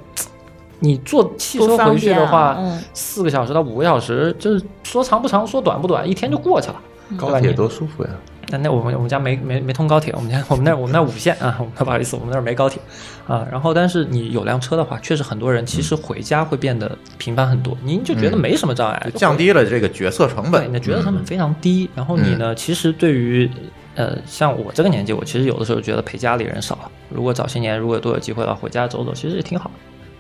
Speaker 4: 你坐汽车
Speaker 7: 多方
Speaker 4: 回去的
Speaker 7: 便啊
Speaker 4: 话，
Speaker 7: 嗯
Speaker 4: 四个
Speaker 3: 嗯
Speaker 4: 小时到五个小时，就是说长不长，说短不短，一天就过去了。
Speaker 5: 高铁多舒服呀！
Speaker 4: 嗯但那我们我们家没没没通高铁，我们家我们那我们那五线啊，我们那不好意思，我们那儿没高铁啊。然后，但是你有辆车的话，确实很多人其实回家会变得频繁很多，您嗯就觉得没什么障碍，
Speaker 3: 就降低了这个决策成
Speaker 4: 对，
Speaker 3: 本。嗯
Speaker 4: 你的决策成本非常低。然后你呢，其实对于呃，像我这个年纪，我其实有的时候觉得陪家里人少。如果早些年如果多有机会的话，回家走走，其实也挺好。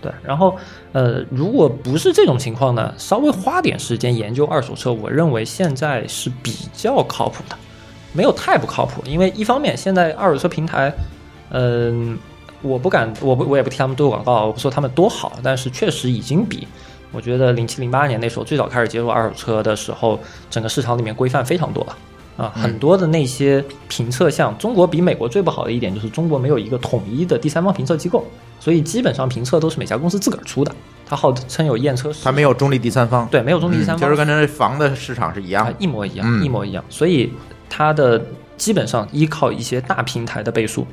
Speaker 4: 对，然后呃，如果不是这种情况呢，稍微花点时间研究二手车，我认为现在是比较靠谱的，没有太不靠谱。因为一方面，现在二手车平台，嗯、我不敢，我不，我也不替他们做广告，我不说他们多好，但是确实已经比我觉得零七零八年那时候最早开始接触二手车的时候，整个市场里面规范非常多了。啊，
Speaker 3: 嗯
Speaker 4: 很多的那些评测项，中国比美国最不好的一点就是中国没有一个统一的第三方评测机构，所以基本上评测都是每家公司自个儿出的。它号称有验车师，
Speaker 3: 它没有中立第三方，
Speaker 4: 对，没有中立第三
Speaker 3: 嗯
Speaker 4: 方，
Speaker 3: 就是跟这房的市场是一样
Speaker 4: 啊
Speaker 3: 的，。
Speaker 4: 一模一样，
Speaker 3: 嗯
Speaker 4: 一模一样。所以它的基本上依靠一些大平台的倍数，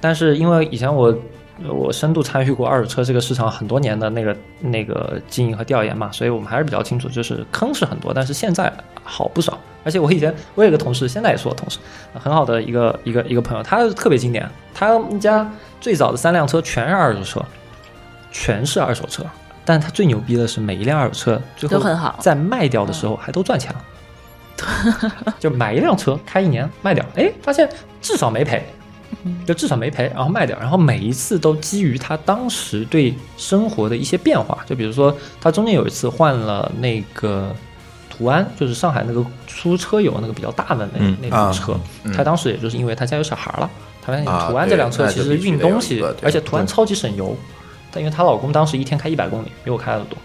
Speaker 4: 但是因为以前我我深度参与过二手车这个市场很多年的那个那个经营和调研嘛，所以我们还是比较清楚，就是坑是很多，但是现在好不少。而且我以前我有一个同事，现在也是我同事，很好的一个一个一个朋友，他特别经典，他们家最早的三辆车全是二手车，全是二手车。但他最牛逼的是，每一辆二手车最后
Speaker 6: 都很好
Speaker 4: 在卖掉的时候还都赚钱了。就买一辆车开一年卖掉，哎，发现至少没赔，就至少没赔，然后卖掉，然后每一次都基于他当时对生活的一些变化，就比如说他中间有一次换了那个途安，就是上海那个出车友那个比较大的那、
Speaker 5: 嗯
Speaker 4: 那种车，
Speaker 3: 嗯
Speaker 4: 他当时也就是因为他家有小孩了，他发现
Speaker 3: 啊
Speaker 4: 途安这辆车
Speaker 3: 对
Speaker 4: 其实运
Speaker 3: 那就
Speaker 4: 东西，
Speaker 3: 必须得有一个对
Speaker 4: 而且途安超级省油，但因为她老公当时一天开一百公里，比我开的多，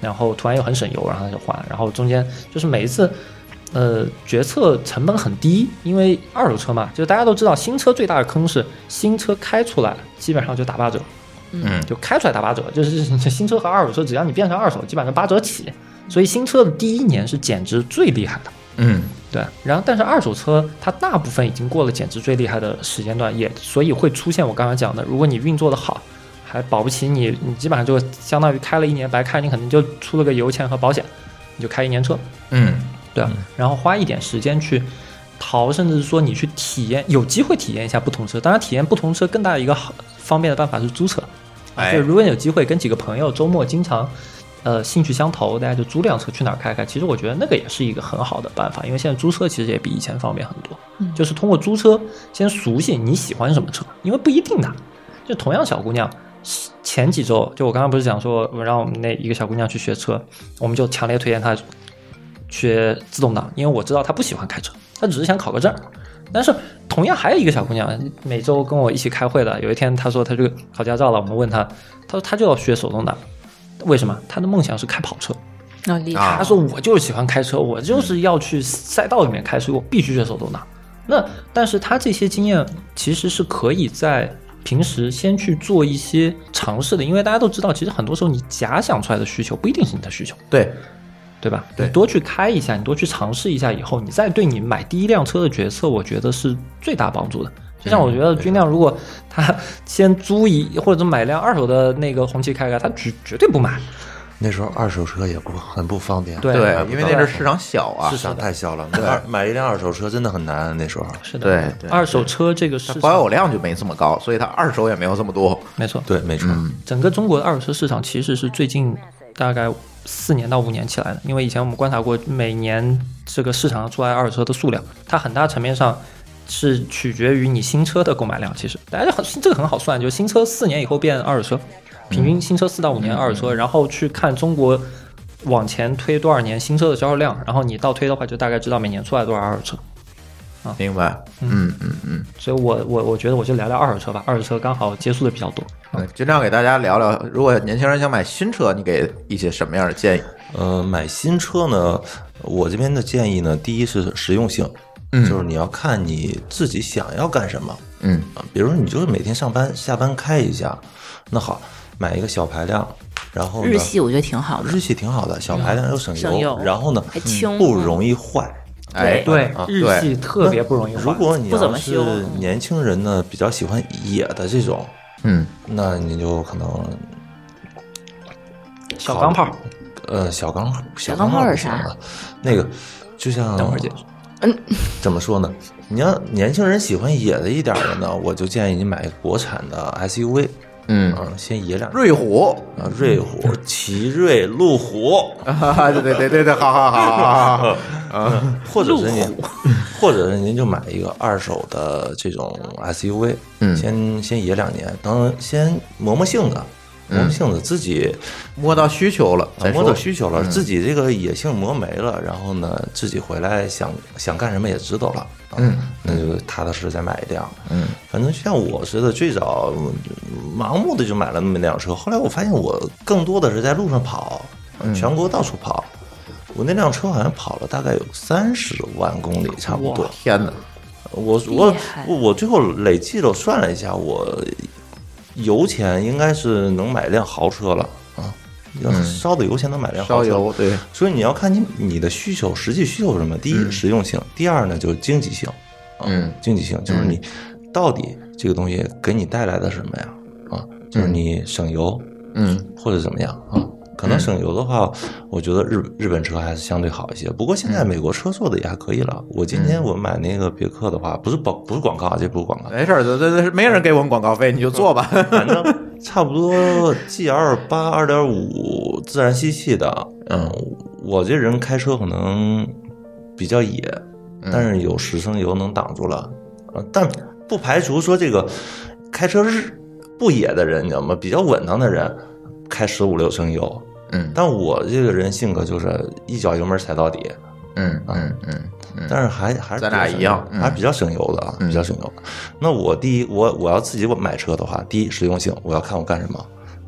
Speaker 4: 然后途安又很省油，然后他就换，然后中间就是每一次。呃，决策成本很低，因为二手车嘛，就是大家都知道，新车最大的坑是新车开出来基本上就打八折，
Speaker 3: 嗯
Speaker 4: 就开出来打八折，就是 就是新车和二手车，只要你变成二手，基本上八折起。所以新车的第一年是减值最厉害的，
Speaker 3: 嗯，
Speaker 4: 对。然后，但是二手车它大部分已经过了减值最厉害的时间段，也所以会出现我刚刚讲的，如果你运作的好，还保不齐你你基本上就相当于开了一年白开，你可能就出了个油钱和保险，你就开一年车，
Speaker 3: 嗯，
Speaker 4: 对吧？然后花一点时间去淘，甚至是说你去体验，有机会体验一下不同车。当然，体验不同车更大的一个好方便的办法是租车。啊
Speaker 3: 哎
Speaker 4: 就如果你有机会跟几个朋友周末经常，呃，兴趣相投，大家就租辆车去哪儿开开。其实我觉得那个也是一个很好的办法，因为现在租车其实也比以前方便很多。就是通过租车先熟悉你喜欢什么车，因为不一定的。就同样小姑娘，前几周就我刚刚不是讲说，我让我们那一个小姑娘去学车，我们就强烈推荐她学自动挡，因为我知道她不喜欢开车，她只是想考个证。但是同样还有一个小姑娘，每周跟我一起开会的，有一天她说她这个考驾照了，我们问她，她说她就要学手动挡，为什么？她的梦想是开跑车。
Speaker 6: 那厉害，
Speaker 3: 啊
Speaker 4: 他说我就是喜欢开车，我就是要去赛道里面开，所以我必须学手动挡。那但是他这些经验其实是可以在平时先去做一些尝试的，因为大家都知道，其实很多时候你假想出来的需求不一定是你的需求，
Speaker 3: 对，
Speaker 4: 对吧？
Speaker 3: 对
Speaker 4: 你多去开一下，你多去尝试一下，以后你再对你买第一辆车的决策，我觉得是最大帮助的。就像我觉得军亮，如果他先租一或者买辆二手的那个红旗开开，他绝绝对不买。
Speaker 5: 那时候二手车也不很不方便，
Speaker 4: 对
Speaker 3: 对
Speaker 5: 买，不
Speaker 3: 因为
Speaker 5: 到
Speaker 3: 那阵儿市场小啊
Speaker 5: 市，场太小了，买 二买一辆二手车真的很难。那时候，
Speaker 4: 是的，
Speaker 3: 对对
Speaker 4: 二手车这个市场
Speaker 3: 保有量就没这么高，所以它二手也没有这么多。
Speaker 4: 没错，
Speaker 5: 对，没错，
Speaker 3: 嗯
Speaker 4: 整个中国的二手车市场其实是最近大概四年到五年起来的，因为以前我们观察过，每年这个市场上出来二手车的数量，它很大层面上是取决于你新车的购买量。其实大家就很这个很好算，就是新车四年以后变二手车，平均新车四到五年二手车，然后去看中国往前推多少年新车的销售量，然后你倒推的话，就大概知道每年出来多少二手车。
Speaker 3: 明白？嗯嗯嗯。
Speaker 4: 所以我我我觉得我就聊聊二手车吧，二手车刚好接触的比较多。
Speaker 3: 嗯尽量给大家聊聊，如果年轻人想买新车，你给一些什么样的建议？
Speaker 5: 呃，买新车呢，我这边的建议呢，第一是实用性，
Speaker 4: 嗯
Speaker 5: 就是你要看你自己想要干什么。
Speaker 3: 嗯
Speaker 5: 啊，比如说你就是每天上班下班开一下，那好，买一个小排量，然后呢
Speaker 6: 日系我觉得挺好的
Speaker 5: 日，系挺好的，小排量又省
Speaker 6: 省油
Speaker 5: 然后呢
Speaker 6: 还轻
Speaker 5: 不容易坏。
Speaker 3: 哎，
Speaker 4: 对，
Speaker 5: 啊
Speaker 4: 日
Speaker 3: 对
Speaker 4: 系嗯特别不容易坏。
Speaker 5: 如果你
Speaker 6: 不怎
Speaker 5: 要
Speaker 6: 么
Speaker 5: 是
Speaker 6: 修
Speaker 5: 年轻人呢，比较喜欢野的这种，
Speaker 3: 嗯，
Speaker 5: 那你就可能
Speaker 4: 小钢炮，
Speaker 5: 呃，小钢炮，小
Speaker 6: 钢炮
Speaker 5: 炮
Speaker 6: 是
Speaker 5: 不行
Speaker 6: 啥
Speaker 5: 啊？那个就像
Speaker 4: 等会儿解
Speaker 5: 嗯，怎么说呢？你要年轻人喜欢野的一点的呢，我就建议你买国产的 SUV，
Speaker 3: 嗯，
Speaker 5: 嗯，先野两
Speaker 3: 瑞虎，
Speaker 5: 啊，瑞虎、奇瑞、路虎，啊
Speaker 3: 啊，对对对对对，好好好好好，
Speaker 4: 啊
Speaker 5: 或者是您，或者是您就买一个二手的这种 SUV，
Speaker 3: 嗯
Speaker 5: 先先野两年，等先磨磨性子，磨
Speaker 4: 嗯
Speaker 5: 磨性子，自己
Speaker 3: 摸哎到需求了，咱
Speaker 5: 摸
Speaker 3: 说嗯
Speaker 5: 到需求了，自己这个野性磨没了，然后呢，自己回来想想干什么也知道了，啊
Speaker 3: 嗯，
Speaker 5: 那就踏踏实实再买一辆，
Speaker 3: 嗯，
Speaker 5: 反正像我似的，最早嗯盲目的就买了那么一辆车，后来我发现我更多的是在路上跑，
Speaker 3: 嗯
Speaker 5: 全国到处跑。我那辆车好像跑了大概有三十万公里，差不多。
Speaker 3: 天哪，
Speaker 5: 我我我我最后累计了，我算了一下，我油钱应该是能买辆豪车了啊，要烧的油钱能买辆豪
Speaker 3: 嗯烧
Speaker 5: 车。
Speaker 3: 油，对，
Speaker 5: 所以你要看你你的需求，实际需求是什么？第一，实用性；第二呢，就是经济性。啊
Speaker 3: 嗯
Speaker 5: 经济性就是你到底这个东西给你带来的什么呀？啊，就是你省油
Speaker 3: 嗯
Speaker 5: 或者怎么样啊？可能省油的话，我觉得日日本车还是相对好一些。不过现在美国车做的也还可以了。我今天我买那个别克的话，不是广不是广告啊，这不是广告，
Speaker 3: 没事儿，这这这没人给我们广告费，你就做吧，
Speaker 5: 哎反正 差不多 G L 八二点五自然吸气的，嗯，我这人开车可能比较野，
Speaker 3: 嗯
Speaker 5: 但是有十升油能挡住了，呃，但不排除说这个开车是不野的人，你知道吗？比较稳当的人开十五六升油，
Speaker 3: 嗯
Speaker 5: 但我这个人性格就是一脚油门踩到底，
Speaker 3: 嗯嗯嗯
Speaker 5: 但是还还是
Speaker 3: 咱俩
Speaker 5: 比较省
Speaker 3: 一样
Speaker 5: 油
Speaker 3: 嗯
Speaker 5: 还比较省油的啊，
Speaker 3: 嗯
Speaker 5: 比较省油的。那我第一，我我要自己买车的话，第一实用性，我要看我干什么，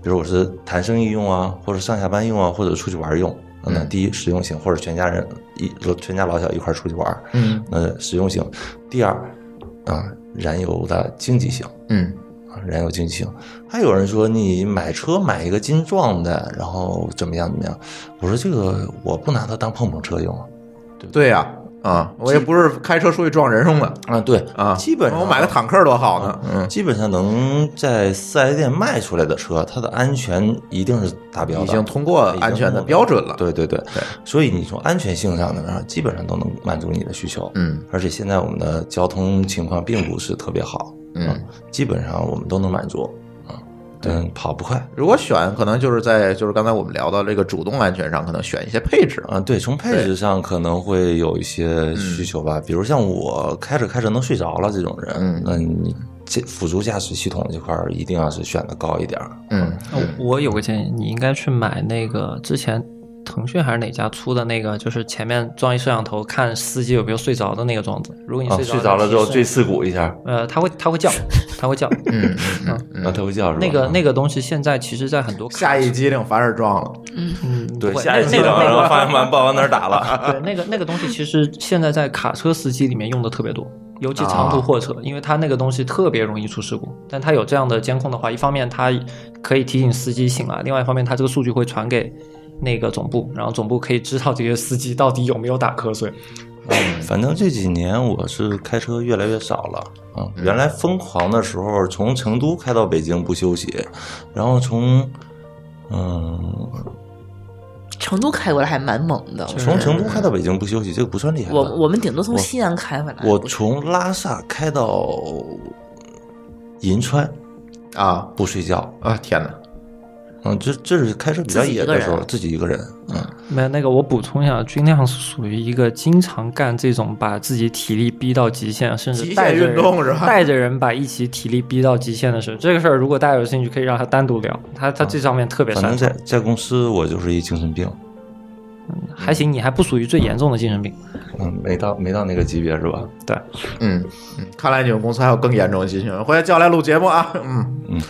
Speaker 5: 比如我是谈生意用啊，或者上下班用啊，或者出去玩用。
Speaker 3: 嗯
Speaker 5: 那第一实用性，或者全家人一全家老小一块儿出去玩，
Speaker 3: 嗯，
Speaker 5: 那实用性。第二，啊，燃油的经济性，
Speaker 3: 嗯
Speaker 5: 啊，燃油经济性。还有人说你买车买一个金撞的，然后怎么样怎么样？我说这个我不拿它当碰碰车用啊。
Speaker 3: 嗯，对呀，啊，我也不是开车出去撞人用的
Speaker 5: 啊，对
Speaker 3: 啊，
Speaker 5: 基本上
Speaker 3: 我买个坦克多好呢，嗯，
Speaker 5: 基本上能在四 S 店卖出来的车，它的安全一定是达标的，
Speaker 3: 已经通过
Speaker 5: 已经
Speaker 3: 安全
Speaker 5: 通
Speaker 3: 的
Speaker 5: 过
Speaker 3: 标准了，，
Speaker 5: 对对对，所以你从安全性上呢，基本上都能满足你的需求。
Speaker 3: 嗯，
Speaker 5: 而且现在我们的交通情况并不是特别好，
Speaker 3: 嗯
Speaker 5: 啊，基本上我们都能满足啊，但跑不快。
Speaker 3: 如果选，可能就是在就是刚才我们聊到这个主动安全上，可能选一些配置啊，
Speaker 5: 啊，对，从配置上可能会有一
Speaker 4: 嗯
Speaker 5: 些需求吧，比如像我开着开着能睡着了这种人，
Speaker 3: 嗯
Speaker 5: 那你这辅助驾驶系统这块儿一定要是选的高一点儿，
Speaker 3: 嗯
Speaker 4: 我有个建议，你应该去买那个之前腾讯还是哪家出的那个，就是前面装一摄像头，看司机有没有睡着的那个装置。如果你
Speaker 5: 啊，
Speaker 4: 睡着,、
Speaker 5: 睡着了之后最刺骨一下，
Speaker 4: 呃，它会它会叫，它会叫。
Speaker 3: 嗯，
Speaker 5: 啊，他会叫是吧？
Speaker 4: 那个那
Speaker 5: 个，
Speaker 4: 个东西现在其实，在很多卡
Speaker 3: 下一机灵凡是撞了，
Speaker 4: 嗯
Speaker 5: 对
Speaker 4: 不，会
Speaker 5: 下一期
Speaker 4: 那
Speaker 5: 然
Speaker 4: 个那
Speaker 5: 后
Speaker 4: 个
Speaker 5: 方向盘不往哪儿打了。啊
Speaker 4: 对那个那个东西，其实现在在卡车司机里面用的特别多。尤其长途货车，因为它那个东西特别容易出事故。但它有这样的监控的话，一方面它可以提醒司机醒来，另外一方面它这个数据会传给那个总部，然后总部可以知道这些司机到底有没有打瞌睡。
Speaker 5: 反正这几年我是开车越来越少了啊。
Speaker 4: 嗯
Speaker 5: 原来疯狂的时候，从成都开到北京不休息，然后从嗯，
Speaker 6: 成都开过来还蛮猛的。
Speaker 5: 从成都开到北京不休息，这个不算厉害吧。
Speaker 6: 我我们顶多从
Speaker 5: 我
Speaker 6: 西安开回来，
Speaker 5: 我从拉萨开到银川
Speaker 3: 啊
Speaker 5: 不睡觉，
Speaker 3: 啊，天哪，
Speaker 5: 嗯，这这是开车比较
Speaker 6: 自己一
Speaker 5: 野
Speaker 6: 个
Speaker 5: 的时候，
Speaker 6: 人啊
Speaker 5: 自己一个人，嗯。
Speaker 4: 没有那个，我补充一下，军亮是属于一个经常干这种把自己体力逼到极限，甚
Speaker 3: 极
Speaker 4: 至
Speaker 3: 限
Speaker 4: 带着
Speaker 3: 运动
Speaker 4: 人
Speaker 3: 是吧
Speaker 4: 带着人把一起体力逼到极限的事。这个事儿，如果大家有兴趣，可以让他单独聊，他他这方面特别
Speaker 5: 反
Speaker 4: 擅
Speaker 5: 正
Speaker 4: 长
Speaker 5: 在。在公司我就是一精神病，
Speaker 4: 还行，你还不属于最严重的精神病。
Speaker 5: 嗯，没到没到那个级别是吧？
Speaker 4: 对，
Speaker 3: 嗯，嗯看来你们公司还有更严重的疾病，回来叫来录节目啊，嗯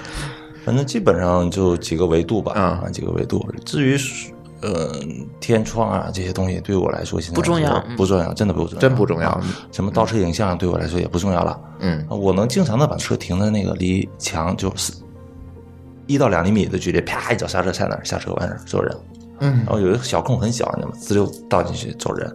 Speaker 5: 反正基本上就几个维度吧，
Speaker 3: 嗯
Speaker 5: 啊，几个维度。至于呃天窗啊这些东西，对我来说现在
Speaker 6: 不重要嗯
Speaker 5: 是不重要，真的不重要，
Speaker 3: 真不重要
Speaker 5: 啊什么倒车影像对我来说也不重要了。
Speaker 3: 嗯
Speaker 5: 我能经常的把车停在那个离墙就是一到两厘米的距离，啪一脚刹车踩那儿，下车完事儿走人。
Speaker 3: 嗯
Speaker 5: 然后有一个小空很小，你知道吗？滋溜倒进去走人，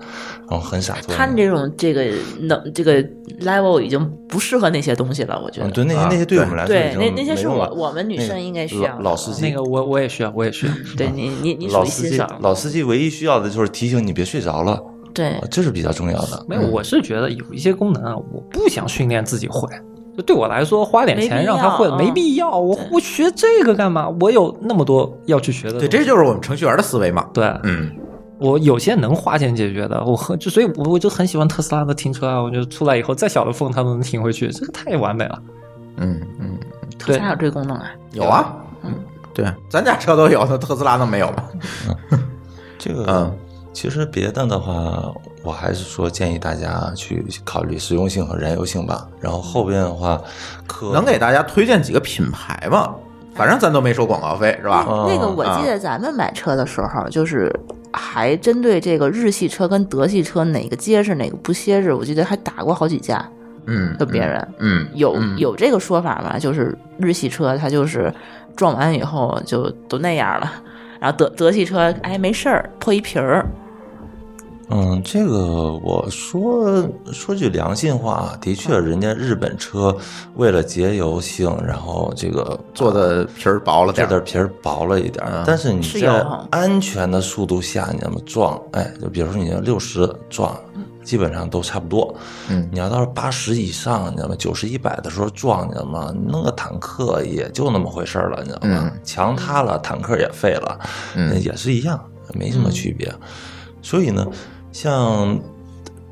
Speaker 5: 然后很傻。突然
Speaker 6: 他们这种这个能这个 level 已经不适合那些东西了，我觉得。
Speaker 5: 嗯，对那些
Speaker 3: 啊
Speaker 5: 那些对我们来说已
Speaker 6: 对，
Speaker 5: 经
Speaker 6: 那那些
Speaker 5: 没
Speaker 6: 是
Speaker 5: 用
Speaker 6: 我
Speaker 5: 了
Speaker 6: 我们女
Speaker 5: 那个
Speaker 6: 生应该需
Speaker 5: 老
Speaker 6: 要的
Speaker 5: 老司机
Speaker 4: 那个我我也需要，我也需要。
Speaker 6: 对你你你属
Speaker 5: 老
Speaker 6: 于
Speaker 5: 司
Speaker 6: 欣
Speaker 5: 机
Speaker 6: 赏，
Speaker 5: 老司机唯一需要的就是提醒你别睡着了。
Speaker 7: 对
Speaker 5: 这是比较重要的。
Speaker 4: 没有，我是觉得有一些功能啊，我不想训练自己会。就对我来说，花点钱让他会了
Speaker 7: 没必要嗯
Speaker 4: 没必要。我我学这个干嘛？我有那么多要去学的东
Speaker 3: 对，
Speaker 4: 西。
Speaker 3: 这就是我们程序员的思维嘛。
Speaker 4: 对
Speaker 3: 嗯，
Speaker 4: 我有些能花钱解决的，我很就所以，我我就很喜欢特斯拉的停车啊。我就出来以后，再小的缝它都能停回去，这个太完美了。
Speaker 3: 嗯嗯，
Speaker 7: 特
Speaker 4: 对
Speaker 7: 斯拉有这功能啊？
Speaker 3: 有啊，对，嗯咱家车都有，那特斯拉能没有吗？
Speaker 5: 这个
Speaker 3: 嗯
Speaker 5: 其实别的的话，我还是说建议大家去考虑实用性和燃油性吧。然后后边的话，可
Speaker 3: 能给大家推荐几个品牌吗？反正咱都没收广告费，是吧？啊
Speaker 5: 哦
Speaker 7: 那个我记得咱们买车的时候，就是还针对这个日系车跟德系车哪个结实哪个不结实，我记得还打过好几架
Speaker 3: 嗯，
Speaker 7: 跟别人。
Speaker 3: 嗯，
Speaker 7: 有
Speaker 3: 嗯
Speaker 7: 有这个说法吗？就是日系车它就是撞完以后就都那样了，然后德德系车哎没事儿破一皮儿，
Speaker 5: 嗯，这个我说说句良心话，啊的确，人家日本车为了节油性，然后这个
Speaker 3: 做的皮儿薄了
Speaker 5: 这
Speaker 3: 点
Speaker 5: 点
Speaker 3: 儿，
Speaker 5: 皮儿薄了一点儿，但是你
Speaker 7: 是
Speaker 5: 在
Speaker 7: 有哈
Speaker 5: 安全的速度下，你那么撞，哎，就比如说你要六十撞，基本上都差不多。
Speaker 3: 嗯
Speaker 5: 你要到八十以上，你知道吗？九十一百的时候撞，你知道吗？弄个坦克也就那么回事儿了，你知道吗？墙塌了，坦克也废了，
Speaker 3: 嗯
Speaker 5: 也是一样，没什么区别。所以呢，像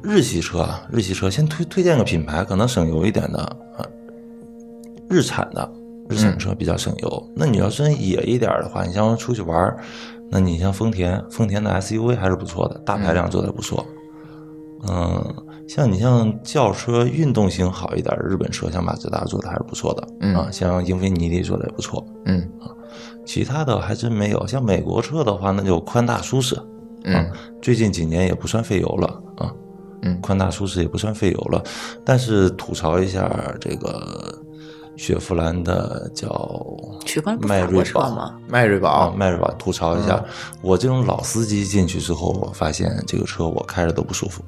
Speaker 5: 日系车啊，日系车先推推荐个品牌，可能省油一点的啊，日产的日
Speaker 3: 嗯
Speaker 5: 产车比较省油。那你要真野一点的话，你像出去玩儿，那你像丰田，丰田的 SUV 还是不错的，大排量做的不错。嗯，像你像轿车运动型好一点儿，日本车像马自达做的还是不错的，
Speaker 3: 嗯
Speaker 5: 啊，像英菲尼迪做的也不错。
Speaker 3: 嗯
Speaker 5: 其他的还真没有。像美国车的话，那就宽大舒适，啊
Speaker 3: 嗯
Speaker 5: 最近几年也不算费油了啊，
Speaker 3: 嗯
Speaker 5: 宽大舒适也不算费油了。但是吐槽一下这个雪佛兰的叫
Speaker 7: 取关不是
Speaker 5: 迈
Speaker 7: 法国
Speaker 5: 锐
Speaker 7: 车
Speaker 5: 宝
Speaker 7: 吗？
Speaker 3: 迈锐
Speaker 5: 啊，
Speaker 3: 宝，
Speaker 5: 迈锐宝，吐槽一下，
Speaker 3: 嗯
Speaker 5: 我这种老司机进去之后，我发现这个车我开着都不舒服。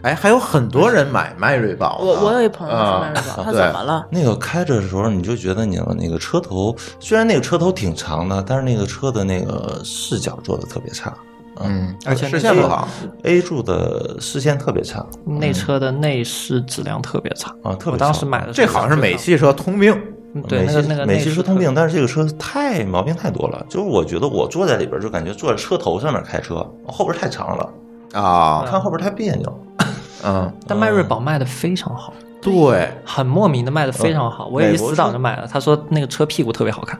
Speaker 3: 哎，还有很多人买迈锐宝呢。
Speaker 7: 我我有一朋友是迈
Speaker 3: 啊
Speaker 7: 锐 宝，他
Speaker 3: 对
Speaker 7: 怎么了？
Speaker 5: 那个开着的时候，你就觉得你的那个车头，虽然那个车头挺长的，但是那个车的那个视角做的特别差。
Speaker 3: 嗯，
Speaker 4: 而且那
Speaker 3: 视线
Speaker 4: 个
Speaker 3: 不好，
Speaker 5: A 柱的视线特别差
Speaker 4: 那车的内饰质量特别差，
Speaker 5: 啊，特别
Speaker 4: 我当
Speaker 5: 差
Speaker 4: 时买的时
Speaker 3: 这
Speaker 4: 候
Speaker 3: 好像是美系车通病。
Speaker 4: 嗯对
Speaker 5: 美
Speaker 4: 那个
Speaker 5: 系
Speaker 4: 那个内
Speaker 5: 美系
Speaker 4: 饰
Speaker 5: 车通病，
Speaker 4: 特
Speaker 5: 但是这个车太毛病太多了。就是我觉得我坐在里边，就感觉坐在车头上面开车，后边太长了，
Speaker 4: 嗯
Speaker 3: 啊，
Speaker 5: 看后边太别扭。
Speaker 3: 嗯，
Speaker 4: 但迈锐宝卖的非常好，
Speaker 3: 对，
Speaker 4: 很莫名的卖的非常好。我有一
Speaker 5: 美国
Speaker 4: 死
Speaker 5: 车
Speaker 4: 党就买了，他说那个车屁股特别好看。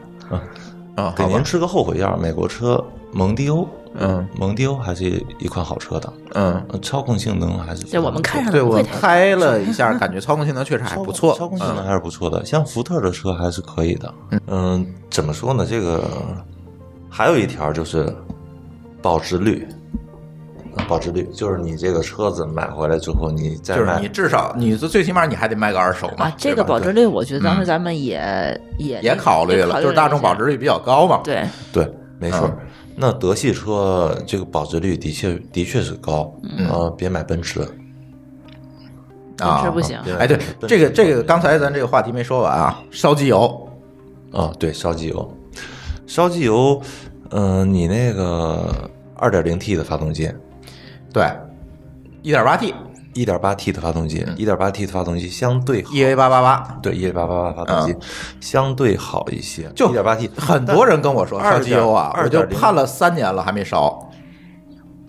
Speaker 3: 啊，
Speaker 5: 给
Speaker 3: 好吧
Speaker 5: 您，吃个后悔药，美国车蒙迪欧，
Speaker 3: 嗯，
Speaker 5: 蒙迪欧还是一款好车的，
Speaker 3: 嗯，
Speaker 5: 呃操控性能还是
Speaker 7: 对，我们看上
Speaker 3: 对
Speaker 7: 了不
Speaker 3: 我
Speaker 7: 会太
Speaker 3: 开了一下，感觉操控性能确实还
Speaker 5: 操控
Speaker 3: 不错，
Speaker 5: 操控性能
Speaker 3: 嗯
Speaker 5: 还是不错的。像福特的车还是可以的。嗯，怎么说呢？这个还有一条就是保值率。保值率就是你这个车子买回来之后，你再
Speaker 3: 就是
Speaker 5: 卖
Speaker 3: 你至少你最最起码你还得卖个二手嘛
Speaker 7: 啊，，这个
Speaker 3: 对吧
Speaker 7: 保值率，我觉得当
Speaker 3: 嗯
Speaker 7: 时咱们也也
Speaker 3: 也考虑了，就是大众保值率比啊较高嘛，
Speaker 7: 对
Speaker 5: 对，没错。
Speaker 3: 嗯
Speaker 5: 那德系车这个保值率的确的确是高，
Speaker 3: 嗯
Speaker 5: 呃，别买奔驰，
Speaker 3: 啊，
Speaker 7: 奔驰不行
Speaker 5: 别买
Speaker 3: 哎，对
Speaker 5: 奔驰，
Speaker 3: 这个
Speaker 5: 奔驰
Speaker 3: 这个，刚才咱这个话题没说完啊，烧机油，
Speaker 5: 啊，对，烧机油，烧机油，嗯、你那个二点零 T 的发动机，
Speaker 3: 对，一点八 T
Speaker 5: 一点八 T 的发动机，
Speaker 3: 嗯
Speaker 5: 一点八 T 的发动机相对好
Speaker 3: EA 八八八，
Speaker 5: 对，一点八八八发动机、相对好一些，
Speaker 3: 嗯就
Speaker 5: 一点八 T，
Speaker 3: 很多人跟我说
Speaker 5: 但
Speaker 3: 烧机油啊，
Speaker 5: 2.0
Speaker 3: 我就盼了三年了还没烧，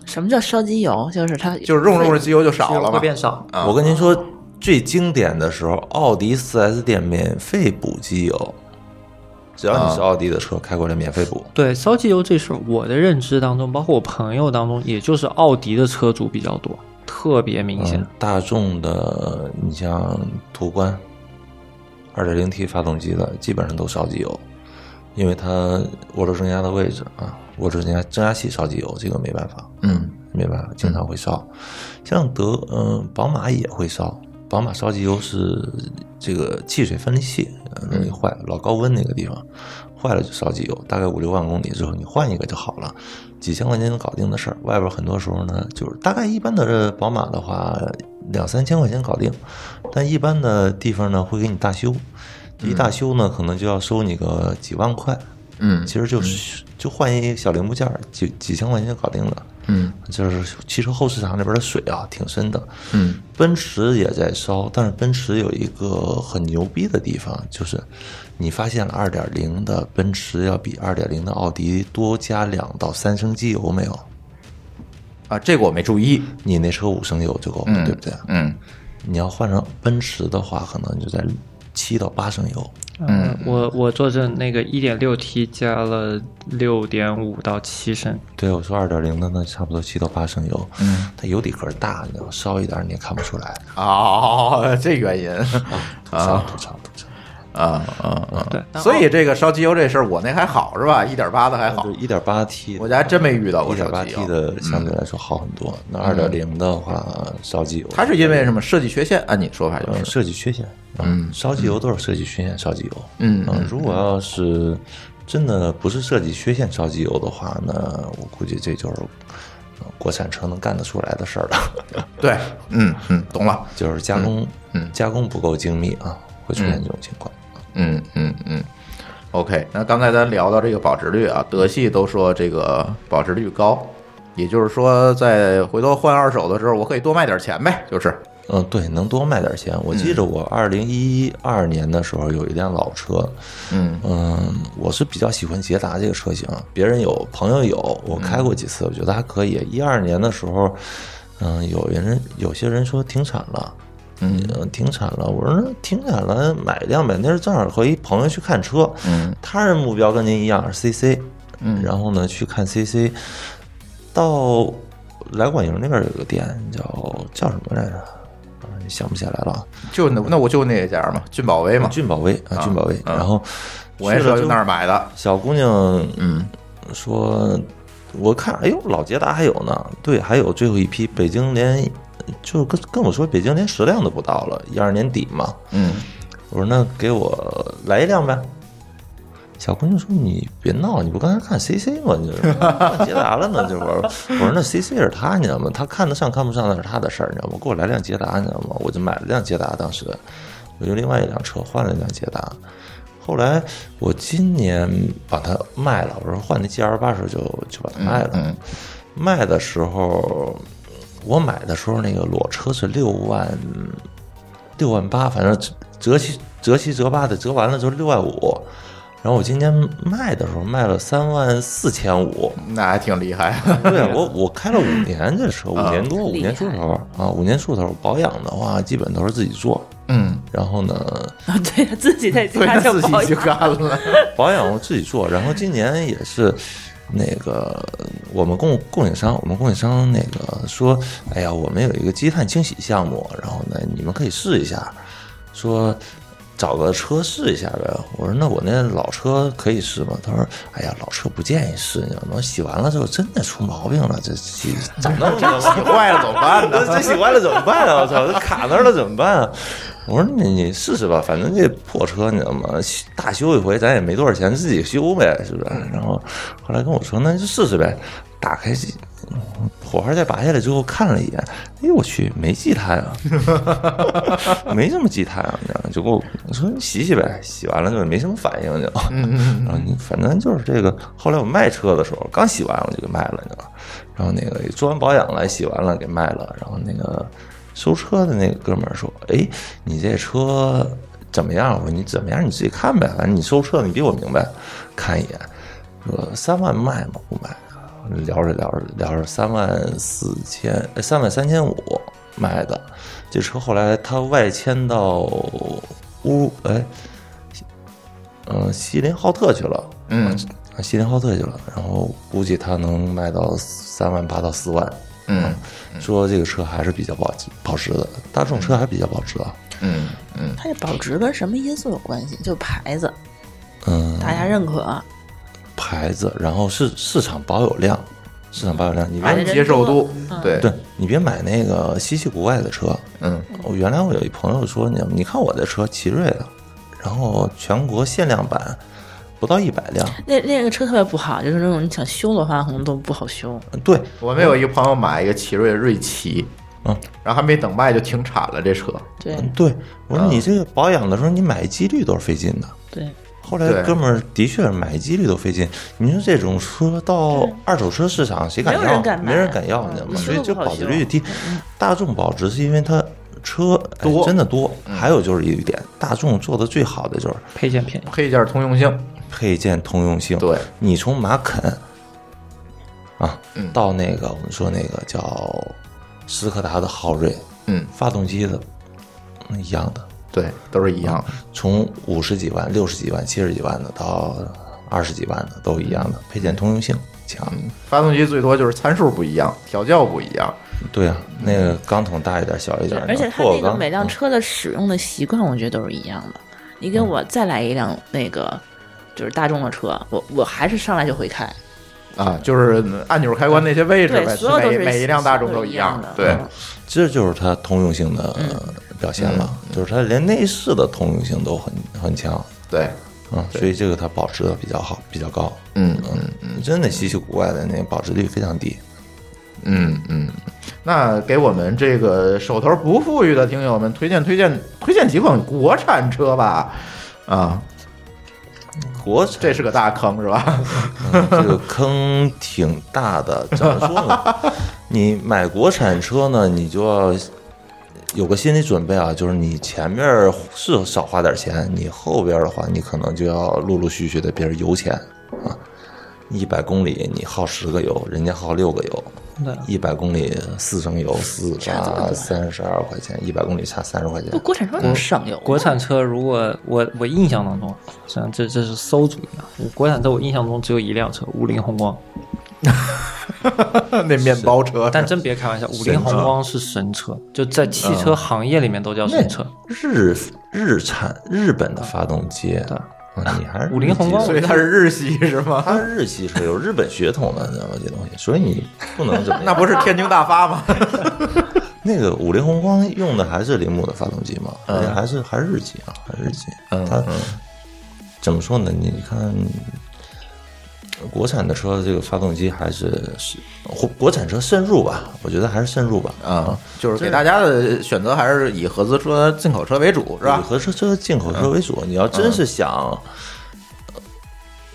Speaker 7: 什么叫烧机油？就是它
Speaker 3: 就是用着用着机油就少了
Speaker 4: 会
Speaker 3: 嘛，
Speaker 4: 变少，
Speaker 3: 啊
Speaker 5: 我跟您说，最经典的时候，奥迪 4S 店免费补机油，只
Speaker 3: 嗯
Speaker 5: 要你是奥迪的车，开过来免费补。
Speaker 4: 对，烧机油这事儿，我的认知当中，包括我朋友当中，也就是奥迪的车主比较多，特别明显。
Speaker 5: 嗯，大众的，你像途观，2 0 T 发动机的，基本上都烧机油，因为它涡轮增压的位置啊，涡轮增压增压器烧机油，这个没办法，
Speaker 3: 嗯，
Speaker 5: 没办法，经常会烧。像德，嗯、宝马也会烧，宝马烧机油是这个汽水分离器呃容易坏，老高温那个地方坏了就烧机油，大概五六万公里之后你换一个就好了，几千块钱能搞定的事儿。外边很多时候呢，就是大概一般的宝马的话，两三千块钱搞定，但一般的地方呢会给你大修，一大修呢可能就要收你个几万块。
Speaker 3: 嗯
Speaker 5: 其实就是就换一小零部件儿，几几千块钱就搞定了。
Speaker 3: 嗯
Speaker 5: 就是汽车后市场里边的水啊，挺深的。
Speaker 3: 嗯，
Speaker 5: 奔驰也在烧，但是奔驰有一个很牛逼的地方，就是你发现了2.0的奔驰要比2.0的奥迪多加两到三升机油没有？
Speaker 3: 啊，这个我没注意，
Speaker 5: 你那车五升油就够了，
Speaker 3: 嗯，
Speaker 5: 对不对？
Speaker 3: 嗯
Speaker 5: 你要换成奔驰的话，可能就在七到八升油。
Speaker 3: 嗯，
Speaker 4: 我我坐镇那个一点六 T 加了六点五到七升，
Speaker 5: 对，我说2.0的那差不多七到八升油。嗯，它油底壳大，你知道，烧一点你也看不出来。
Speaker 3: 哦，这原 因
Speaker 5: 吐槽吐槽吐槽，
Speaker 3: 啊啊啊！
Speaker 4: 对，但
Speaker 3: 所以这个烧机油这事儿，我那还好是吧？一点八的还好
Speaker 5: 就，一点八 T，
Speaker 3: 我家真没遇到过
Speaker 5: 一点
Speaker 3: 烧
Speaker 5: 八
Speaker 3: 机
Speaker 5: T
Speaker 3: 油。嗯
Speaker 5: 的相对来说好很多。那二点零的话，烧机油
Speaker 3: 它是因为什么设计缺陷？按你说法就
Speaker 5: 呃
Speaker 3: 是，
Speaker 5: 设计缺陷，嗯，烧机油都是设计缺陷，烧机油，
Speaker 3: 嗯嗯
Speaker 5: 如果要是真的不是设计缺陷烧机油的话，那我估计这就是呃国产车能干得出来的事儿了，
Speaker 3: 对，嗯嗯，懂了，
Speaker 5: 就是加工，
Speaker 3: 嗯嗯
Speaker 5: 加工不够精密啊，会出现这种情况。
Speaker 3: 嗯嗯嗯。OK，那刚才咱聊到这个保值率啊，德系都说这个保值率高，也就是说，在回头换二手的时候，我可以多卖点钱呗，就是，
Speaker 5: 嗯，对，能多卖点钱。我记着我二零一二年的时候有一辆老车，
Speaker 3: 嗯
Speaker 5: 嗯，我是比较喜欢捷达这个车型，别人有，朋友有，我开过几次，我觉得还可以。一二年的时候，嗯，有人有些人说停产了。嗯，停产了。我说那停产了，买一辆呗。那是正好和一朋友去看车，
Speaker 3: 嗯，
Speaker 5: 他人目标跟您一样是 CC，
Speaker 3: 嗯
Speaker 5: 然后呢去看 CC，到来广营那边有一个店叫叫什么来着？啊想不起来了啊。
Speaker 3: 就那那我就那家嘛，俊宝威嘛，
Speaker 5: 俊宝威
Speaker 3: 啊
Speaker 5: 啊，俊宝威。
Speaker 3: 啊
Speaker 5: 然后
Speaker 3: 我也
Speaker 5: 去
Speaker 3: 是
Speaker 5: 了
Speaker 3: 就
Speaker 5: 之
Speaker 3: 那
Speaker 5: 后
Speaker 3: 儿买的，
Speaker 5: 小姑娘
Speaker 3: 嗯
Speaker 5: 说，我看，哎呦，老捷达还有呢，对，还有最后一批，北京连就跟跟我说，北京连十辆都不到了，一二年底嘛。
Speaker 3: 嗯
Speaker 5: 我说那给我来一辆呗。小姑娘说：“你别闹，你不刚才看 CC 吗？你这是看捷达了呢？这会儿，我说那 CC 是他，你知道吗？他看得上看不上那是他的事儿，你知道吗？给我来辆捷达，你知道吗？我就买了辆捷达，当时我用另外一辆车换了一辆捷达。后来我今年把它卖了，我说换那 G L 八时候就就把它卖了。
Speaker 3: 嗯
Speaker 5: 卖的时候，我买的时候那个裸车是六万六万八，反正折七折七折八的折完了之后六万五。然后我今年卖的时候卖了三万四千五，
Speaker 3: 那还挺厉害，
Speaker 5: 对啊我我开了五年这车，五年多五年出头啊，五年出头保养的话基本都是自己做，
Speaker 3: 嗯，
Speaker 5: 然后呢
Speaker 6: 啊，对他自己 在
Speaker 3: 所以
Speaker 6: 家
Speaker 3: 他
Speaker 6: 就
Speaker 3: 自己
Speaker 6: 保
Speaker 3: 就
Speaker 6: 养，
Speaker 3: 干了，
Speaker 5: 保养我自己做，然后今年也是。那个，我们供供应商，我们供应商那个说，哎呀，我们有一个积碳清洗项目，然后呢，你们可以试一下，说找个车试一下呗。我说那我那老车可以试吗？他说，哎呀，老车不建议试，你知道吗？洗完了之后真的出毛病了，这洗长那么多
Speaker 3: 洗 坏了怎么办 呢？
Speaker 5: 这洗坏了怎么办啊？我操，这卡那儿了怎么办啊？我说你你试试吧，反正这破车你知道吗？大修一回咱也没多少钱，自己修呗，是不是？然后后来跟我说那就试试呗。打开火花再拔下来之后看了一眼，哎呦我去，没积碳啊， 没什么积碳啊，你知道吗？就给我我说你洗洗呗，洗完了就没什么反应就，
Speaker 3: 嗯
Speaker 5: 然后你反正就是这个。后来我卖车的时候，刚洗完我就给卖了，你知道吗？然后那个也做完保养了，洗完了给卖了，然后那个收车的那个哥们儿说：“哎，你这车怎么样？”我说：“你怎么样你自己看呗，反正你收车你比我明白。”看一眼，说三万卖吗？不卖。聊着聊着聊着，三万四千，三万三千五卖的。这车后来他外迁到乌哎，嗯、锡林浩特去了。
Speaker 3: 嗯
Speaker 5: 啊，锡林浩特去了，然后估计他能卖到三万八到四万。
Speaker 3: 嗯
Speaker 5: 说这个车还是比较保值保值的，大众车还比较保值啊。
Speaker 3: 嗯嗯，
Speaker 6: 它这保值跟什么因素有关系？就牌子，
Speaker 5: 嗯，
Speaker 6: 大家认可，啊
Speaker 5: 牌子，然后市市场保有量，市场保有量，你别、
Speaker 3: 能接受度，
Speaker 6: 嗯
Speaker 3: 对
Speaker 5: 对，你别买那个稀奇古怪的车。
Speaker 3: 嗯
Speaker 5: 我原来我有一朋友说，你你看我的车，奇瑞的，然后全国限量版不到一百辆。
Speaker 6: 那那个车特别不好，就是那种你想修的话，可能都不好修。
Speaker 5: 嗯对，
Speaker 3: 我们有一个朋友买一个奇瑞瑞奇，
Speaker 5: 嗯，
Speaker 3: 然后还没等卖就停产了这车，
Speaker 6: 对
Speaker 5: 嗯对，我说
Speaker 3: 啊
Speaker 5: 你这个保养的时候，你买一几率都是费劲的。
Speaker 6: 对，
Speaker 5: 后来
Speaker 3: 对
Speaker 5: 哥们儿的确买机率都费劲，你说这种车到二手车市场谁敢要？
Speaker 6: 嗯没有人敢买
Speaker 5: 没人敢要，你知道吗？
Speaker 6: 嗯
Speaker 5: 所
Speaker 6: 车
Speaker 5: 以
Speaker 6: 都
Speaker 5: 这
Speaker 6: 不好
Speaker 5: 保值率低。大众保值是因为它车哎
Speaker 3: 多嗯
Speaker 5: 真的多，还有就是一点，大众做的最好的就是
Speaker 4: 配件便宜。
Speaker 3: 配件通用性，
Speaker 5: 配件通用性。
Speaker 3: 对，
Speaker 5: 你从马肯啊
Speaker 3: 嗯，
Speaker 5: 到那个我们说那个叫斯柯达的昊锐，
Speaker 3: 嗯，
Speaker 5: 发动机的嗯一样的，
Speaker 3: 对，都是一样的。
Speaker 5: 从五十几万、六十几万、七十几万的到二十几万的都一样的，配件通用性强。
Speaker 3: 发动机最多就是参数不一样，调教不一样。
Speaker 5: 对啊，那个钢筒大一点、小一点，
Speaker 6: 而且它
Speaker 5: 它
Speaker 6: 那个每
Speaker 5: 嗯
Speaker 3: 嗯
Speaker 6: 辆车的使用的习惯，我觉得都是一样的。你给我再来一辆那个就是大众的车，我我还是上来就会开，
Speaker 3: 啊，就是按钮开关那些位置
Speaker 6: 对
Speaker 3: 呗，
Speaker 6: 所有都
Speaker 3: 每
Speaker 6: 是
Speaker 3: 每一辆大众都
Speaker 6: 一
Speaker 3: 样
Speaker 6: 样的。
Speaker 3: 对，
Speaker 6: 嗯
Speaker 5: 这就是它通用性的表现了，
Speaker 6: 嗯
Speaker 5: 就是它连内饰的通用性都很很强。
Speaker 3: 对，
Speaker 5: 嗯，所以这个它保值的比较好，比较高。
Speaker 3: 嗯
Speaker 5: 嗯嗯，真的稀奇古怪的，那个保值率非常低。
Speaker 3: 嗯嗯。那给我们这个手头不富裕的听友们推荐推荐推荐几款国产车吧。啊，
Speaker 5: 国产
Speaker 3: 这是个大坑是吧？
Speaker 5: 嗯这个坑挺大的，怎么说呢？你买国产车呢，你就要有个心理准备啊，就是你前面是少花点钱，你后边的话，你可能就要陆陆续续的变成油钱啊。一百公里你耗十个油，人家耗六个油，
Speaker 4: 对，
Speaker 5: 一百公里四升油，四
Speaker 4: 啊
Speaker 5: 加三十二块钱，一百公里差三十块
Speaker 6: 嗯
Speaker 5: 钱
Speaker 6: 不，。国产
Speaker 3: 嗯
Speaker 6: 车能省油吗？
Speaker 4: 国产车如果我我印象当中，像这这是馊主意啊！国产车我印象中只有一辆车，五菱宏光。
Speaker 3: 那面包车，
Speaker 4: 但真别开玩笑，五菱宏光是神车，就在汽车行业里面都叫神车。
Speaker 5: 日日产日本的发动机，
Speaker 4: 对
Speaker 5: 啊你还是
Speaker 4: 五菱宏光
Speaker 5: 日
Speaker 3: 所
Speaker 5: 系
Speaker 3: 以它是日系是吗？
Speaker 5: 它日系是有日本血统的，你知道吗？这东西，所以你不能怎么
Speaker 3: 那不是天津大发吗？
Speaker 5: 那个五菱宏光用的还是铃木的发动机嘛，
Speaker 3: 嗯
Speaker 5: 而且还是还是日系啊，还是日系。
Speaker 3: 嗯
Speaker 5: 它怎么说呢？你看。国产的车这个发动机还是是国国产车慎入吧，我觉得还是慎入吧。
Speaker 3: 啊，就是给大家的选择还是以合资车、进口车为主，是
Speaker 5: 以
Speaker 3: 吧？嗯
Speaker 5: 合资车、进口车为主。你要真是想、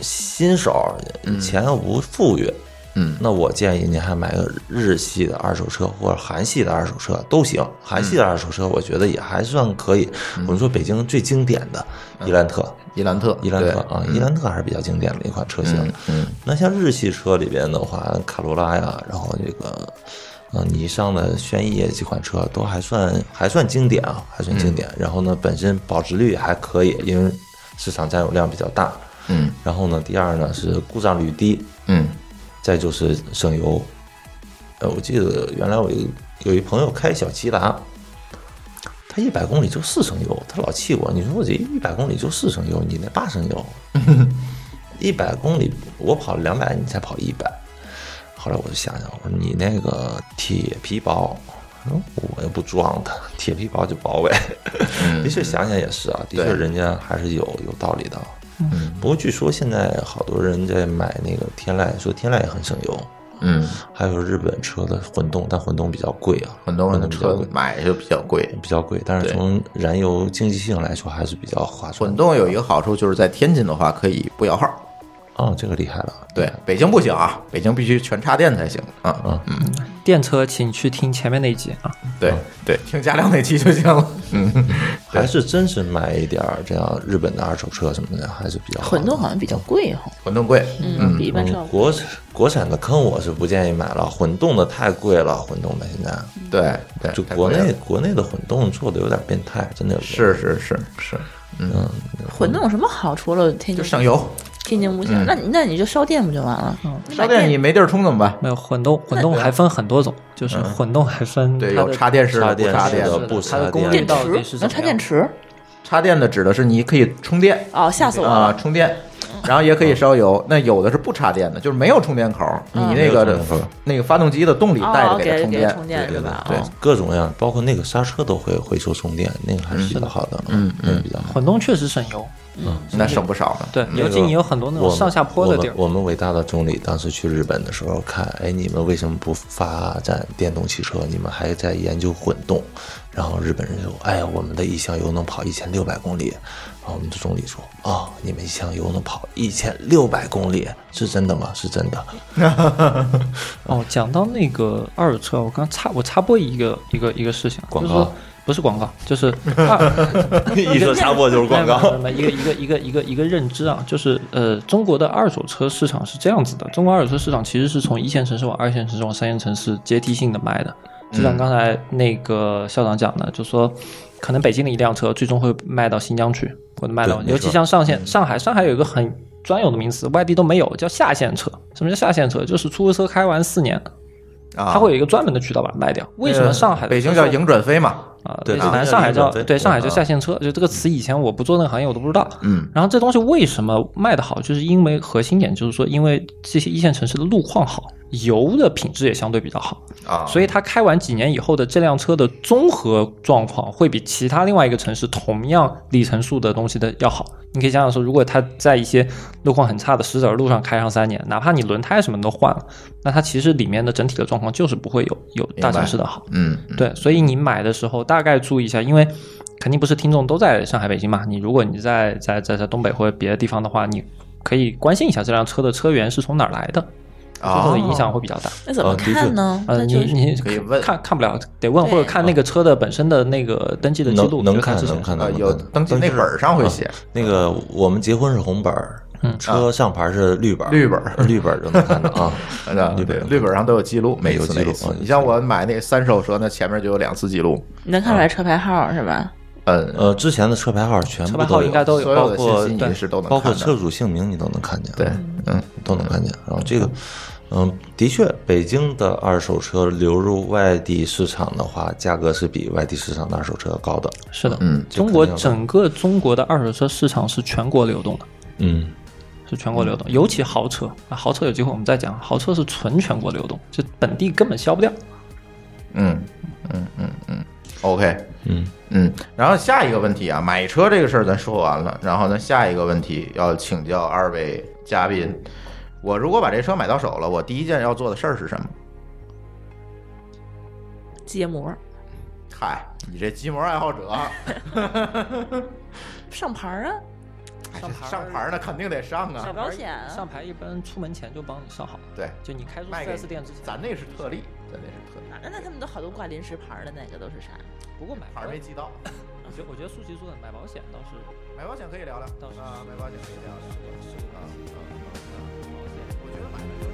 Speaker 5: 新手钱又不富裕，
Speaker 3: 嗯
Speaker 5: 那我建议您还买个日系的二手车或者韩系的二手车都行。韩
Speaker 3: 嗯
Speaker 5: 系的二手车我觉得也还算可以。我们说北京最经典的
Speaker 3: 嗯
Speaker 5: 伊兰特，
Speaker 3: 伊兰特，
Speaker 5: 伊兰特
Speaker 3: 对
Speaker 5: 啊，伊兰特还是比较经典的一款车型。
Speaker 3: 嗯嗯
Speaker 5: 那像日系车里边的话，卡罗拉呀，然后这个呃尼桑的轩逸几款车都还算还算经典啊，还算
Speaker 3: 嗯
Speaker 5: 经典。然后呢，本身保值率还可以，因为市场占有量比较大。
Speaker 3: 嗯
Speaker 5: 然后呢，第二呢是故障率低，
Speaker 3: 嗯
Speaker 5: 再就是省油。呃，我记得原来我有有一朋友开小骐达，他一百公里就四升油，他老气我，你说我这一百公里就四升油，你那八升油，一百公里我跑两百，你才跑一百。后来我就想想，我说你那个铁皮薄，嗯我又不装它，铁皮薄就薄呗。的确想想也是啊，的确
Speaker 3: 对
Speaker 5: 人家还是有有道理的。啊不过据说现在好多人在买那个天籁，说天籁也很省油，
Speaker 3: 嗯，
Speaker 5: 还有日本车的混动，但混动比较贵啊，
Speaker 3: 很多人的
Speaker 5: 比较
Speaker 3: 车
Speaker 5: 贵，
Speaker 3: 买就比较贵，
Speaker 5: 比较贵，但是
Speaker 3: 对
Speaker 5: 从燃油经济性来说还是比较划算
Speaker 3: 混
Speaker 5: 的。
Speaker 3: 动有一个好处就是在天津的话可以不摇号，
Speaker 5: 哦，这个厉害了，
Speaker 3: 对，北京不行啊，北京必须全插电才行啊。
Speaker 5: 啊，嗯，
Speaker 4: 电车请去听前面那一集啊。
Speaker 3: 对对，嗯听加量那期就行了。嗯，
Speaker 5: 还是真是买一点儿这样日本的二手车什么的，还是比较好的
Speaker 6: 混动好像比较贵哈，
Speaker 3: 混动贵，
Speaker 6: 嗯，比一般车要
Speaker 5: 嗯，
Speaker 6: 贵。
Speaker 5: 国产国产的坑我是不建议买了，混动的太贵了，混动的现在
Speaker 3: 对嗯对，
Speaker 5: 就
Speaker 3: 太
Speaker 5: 国
Speaker 3: 贵了
Speaker 5: 内国内的混动做的有点变态，真的有点
Speaker 3: 是是是是，
Speaker 6: 混动有什么好？除了天津
Speaker 3: 就省油，
Speaker 6: 天津不行，
Speaker 4: 嗯
Speaker 6: 那你那你就烧电不就完了？你把
Speaker 3: 烧电你没地儿充怎么办？
Speaker 4: 没有混动，混动还分很多种，就是混动还分
Speaker 3: 对，
Speaker 4: 它
Speaker 3: 有
Speaker 4: 的
Speaker 3: 插电式的、
Speaker 5: 嗯插
Speaker 3: 不
Speaker 5: 电
Speaker 3: 插
Speaker 5: 式
Speaker 3: 电
Speaker 5: 的
Speaker 3: 的。
Speaker 5: 不
Speaker 4: 它
Speaker 5: 插
Speaker 4: 的功率
Speaker 5: 电
Speaker 4: 到
Speaker 6: 电
Speaker 4: 底是
Speaker 6: 池
Speaker 4: 怎
Speaker 6: 能
Speaker 4: 么
Speaker 6: 插
Speaker 4: 样
Speaker 6: 电？池？
Speaker 3: 插电的指的是你可以充电
Speaker 6: 哦，吓死我
Speaker 3: 啊，
Speaker 6: 了！
Speaker 3: 充电，然后也可以烧油。那有的是不插电的，就是没有充电口，你那
Speaker 5: 没有
Speaker 3: 个
Speaker 5: 充电口
Speaker 3: 那个发动机的动力带着
Speaker 6: 哦，
Speaker 3: 它
Speaker 6: 给
Speaker 3: 充
Speaker 6: 给
Speaker 3: 电，
Speaker 6: 充电对吧？
Speaker 3: 对
Speaker 6: 哦
Speaker 5: 各种各样，包括那个刹车都会回收充电，那个还是比较好的，嗯嗯，比较好。
Speaker 4: 混动确实省油，
Speaker 5: 嗯，
Speaker 3: 那省不 少呢。
Speaker 4: 对，
Speaker 5: 那
Speaker 4: 尤
Speaker 5: 个
Speaker 4: 其你有很多那
Speaker 5: 我
Speaker 4: 种
Speaker 5: 们
Speaker 4: 上下坡的地儿，
Speaker 5: 我们我们伟大的总理当时去日本的时候看，哎，你们为什么不发展电动汽车？你们还在研究混动。然后日本人就，哎呀，我们的一箱油能跑一千六百公里。然后我们的总理说，哦，你们一箱油能跑一千六百公里，是真的吗？是真的。
Speaker 4: 哦，讲到那个二手车，我刚插我插播一个一个一个事情，啊
Speaker 5: 广
Speaker 4: 就是
Speaker 5: 告
Speaker 4: 说不是广告，就是二
Speaker 5: 一说插播就是广
Speaker 4: 没有
Speaker 5: 告。
Speaker 4: 没有没有一个一个一个一个一个认知啊，就是呃，中国的二手车市场是这样子的，中国二手车市场其实是从一线城市往二线城市往三线城市阶梯性的卖的，就
Speaker 5: 嗯
Speaker 4: 像刚才那个校长讲的，就说可能北京的一辆车最终会卖到新疆去，或者卖到，
Speaker 5: 对没错嗯
Speaker 4: 尤其像上线上海，上海有一个很专有的名词，外地都没有，叫下线车。什么叫下线车？就是出租车开完四年，
Speaker 3: 啊，
Speaker 4: 它会有一个专门的渠道把它卖掉。为
Speaker 5: 嗯
Speaker 4: 什么上海的
Speaker 3: 北京
Speaker 4: 车售
Speaker 3: 叫迎转飞嘛？
Speaker 4: 啊，
Speaker 5: 对
Speaker 4: 北
Speaker 5: 啊
Speaker 4: 京南
Speaker 5: 叫
Speaker 4: 上海
Speaker 5: 迎转
Speaker 4: 叫
Speaker 5: 飞
Speaker 4: 对上海叫
Speaker 5: 啊
Speaker 4: 下线车，就这个词以前我不做那个行业我都不知道。
Speaker 3: 嗯，
Speaker 4: 然后这东西为什么卖得好，就是因为核心点就是说，因为这些一线城市的路况好，油的品质也相对比较好，
Speaker 3: 啊，
Speaker 4: 所以它开完几年以后的这辆车的综合状况会比其他另外一个城市同样里程数的东西的要好。你可以想想说，如果它在一些路况很差的石子儿路上开上三年，哪怕你轮胎什么都换了，那它其实里面的整体的状况就是不会有有大城市的好。
Speaker 3: 嗯，嗯
Speaker 4: 对，所以你买的时候大概注意一下，因为肯定不是听众都在上海、北京嘛。你如果你在在在在东北或者别的地方的话，你可以关心一下这辆车的车源是从哪儿来的，最后
Speaker 3: 啊，
Speaker 4: 的影响会比较大。
Speaker 7: 那怎么
Speaker 5: 啊的确
Speaker 7: 看呢？
Speaker 4: 呃，
Speaker 7: 它
Speaker 4: 你
Speaker 7: 就
Speaker 4: 你
Speaker 3: 可以问
Speaker 4: 看看不了，得问或者看那个车的本身的那个登记的记
Speaker 5: 能
Speaker 4: 录，
Speaker 5: 能
Speaker 4: 就它
Speaker 5: 看
Speaker 4: 之前
Speaker 5: 能看到啊
Speaker 3: 呃有登记那本儿上会写
Speaker 5: 那个我们结婚是红本儿，车上牌是绿本儿，
Speaker 3: 绿本儿。
Speaker 5: 绿本儿就能看到啊
Speaker 3: 啊，
Speaker 5: 绿
Speaker 3: 对
Speaker 5: 本儿，
Speaker 3: 绿本上都有记录，每
Speaker 5: 有
Speaker 3: 次
Speaker 5: 记
Speaker 3: 那
Speaker 5: 录
Speaker 3: 一次
Speaker 5: 啊有
Speaker 3: 你
Speaker 5: 记
Speaker 3: 像
Speaker 5: 录
Speaker 3: 我买那三手车，那前面就有两次记录。
Speaker 7: 你能
Speaker 4: 啊
Speaker 7: 看出来车牌号是吧？
Speaker 3: 嗯，
Speaker 5: 呃，之前的车牌号全
Speaker 4: 车
Speaker 5: 部
Speaker 4: 牌
Speaker 5: 都
Speaker 4: 号
Speaker 5: 有
Speaker 4: 应该都
Speaker 3: 所
Speaker 4: 有，包
Speaker 3: 有的
Speaker 4: 括
Speaker 3: 信息
Speaker 4: 对
Speaker 3: 你是都能
Speaker 5: 包
Speaker 3: 看
Speaker 5: 括
Speaker 3: 到
Speaker 5: 车主姓名你都能看见，啊
Speaker 3: 对，嗯，
Speaker 5: 都能看见。然后这个，嗯，的确，北京的二手车流入外地市场的话，价格是比外地市场的二手车要高的。
Speaker 4: 是的，
Speaker 3: 嗯
Speaker 5: 这
Speaker 4: 中
Speaker 5: 肯
Speaker 4: 国
Speaker 5: 定的
Speaker 4: 整个中国的二手车市场是全国流动的。
Speaker 5: 嗯，
Speaker 4: 是全国流动，尤其豪车啊，豪车有机会我们再讲，豪车是纯全国流动，就本地根本销不掉。
Speaker 3: 嗯嗯嗯嗯，OK，
Speaker 5: 嗯
Speaker 3: 嗯，然后下一个问题啊，买车这个事儿咱说完了，然后呢，下一个问题要请教二位嘉宾，我如果把这车买到手了，我第一件要做的事儿是什么？
Speaker 6: 揭膜
Speaker 3: 嗨，你这机模爱好 者，
Speaker 6: 上牌儿啊，
Speaker 3: 上牌上牌儿那肯定得上啊
Speaker 6: 上，保险啊
Speaker 4: 上牌一般出门前就帮你上好了，
Speaker 3: 对，
Speaker 4: 就你开出
Speaker 3: 卖给
Speaker 4: 4 S 店之前，
Speaker 3: 咱那是特例，咱那是特例，
Speaker 6: 那那他们都好多挂临时牌儿的，哪个都是啥？
Speaker 4: 不过买
Speaker 3: 牌儿没记到，
Speaker 4: 我觉得我觉得舒淇说的买保险倒是
Speaker 3: 买保险可以聊聊啊，买保险可以聊聊啊啊啊，啊我觉得买了。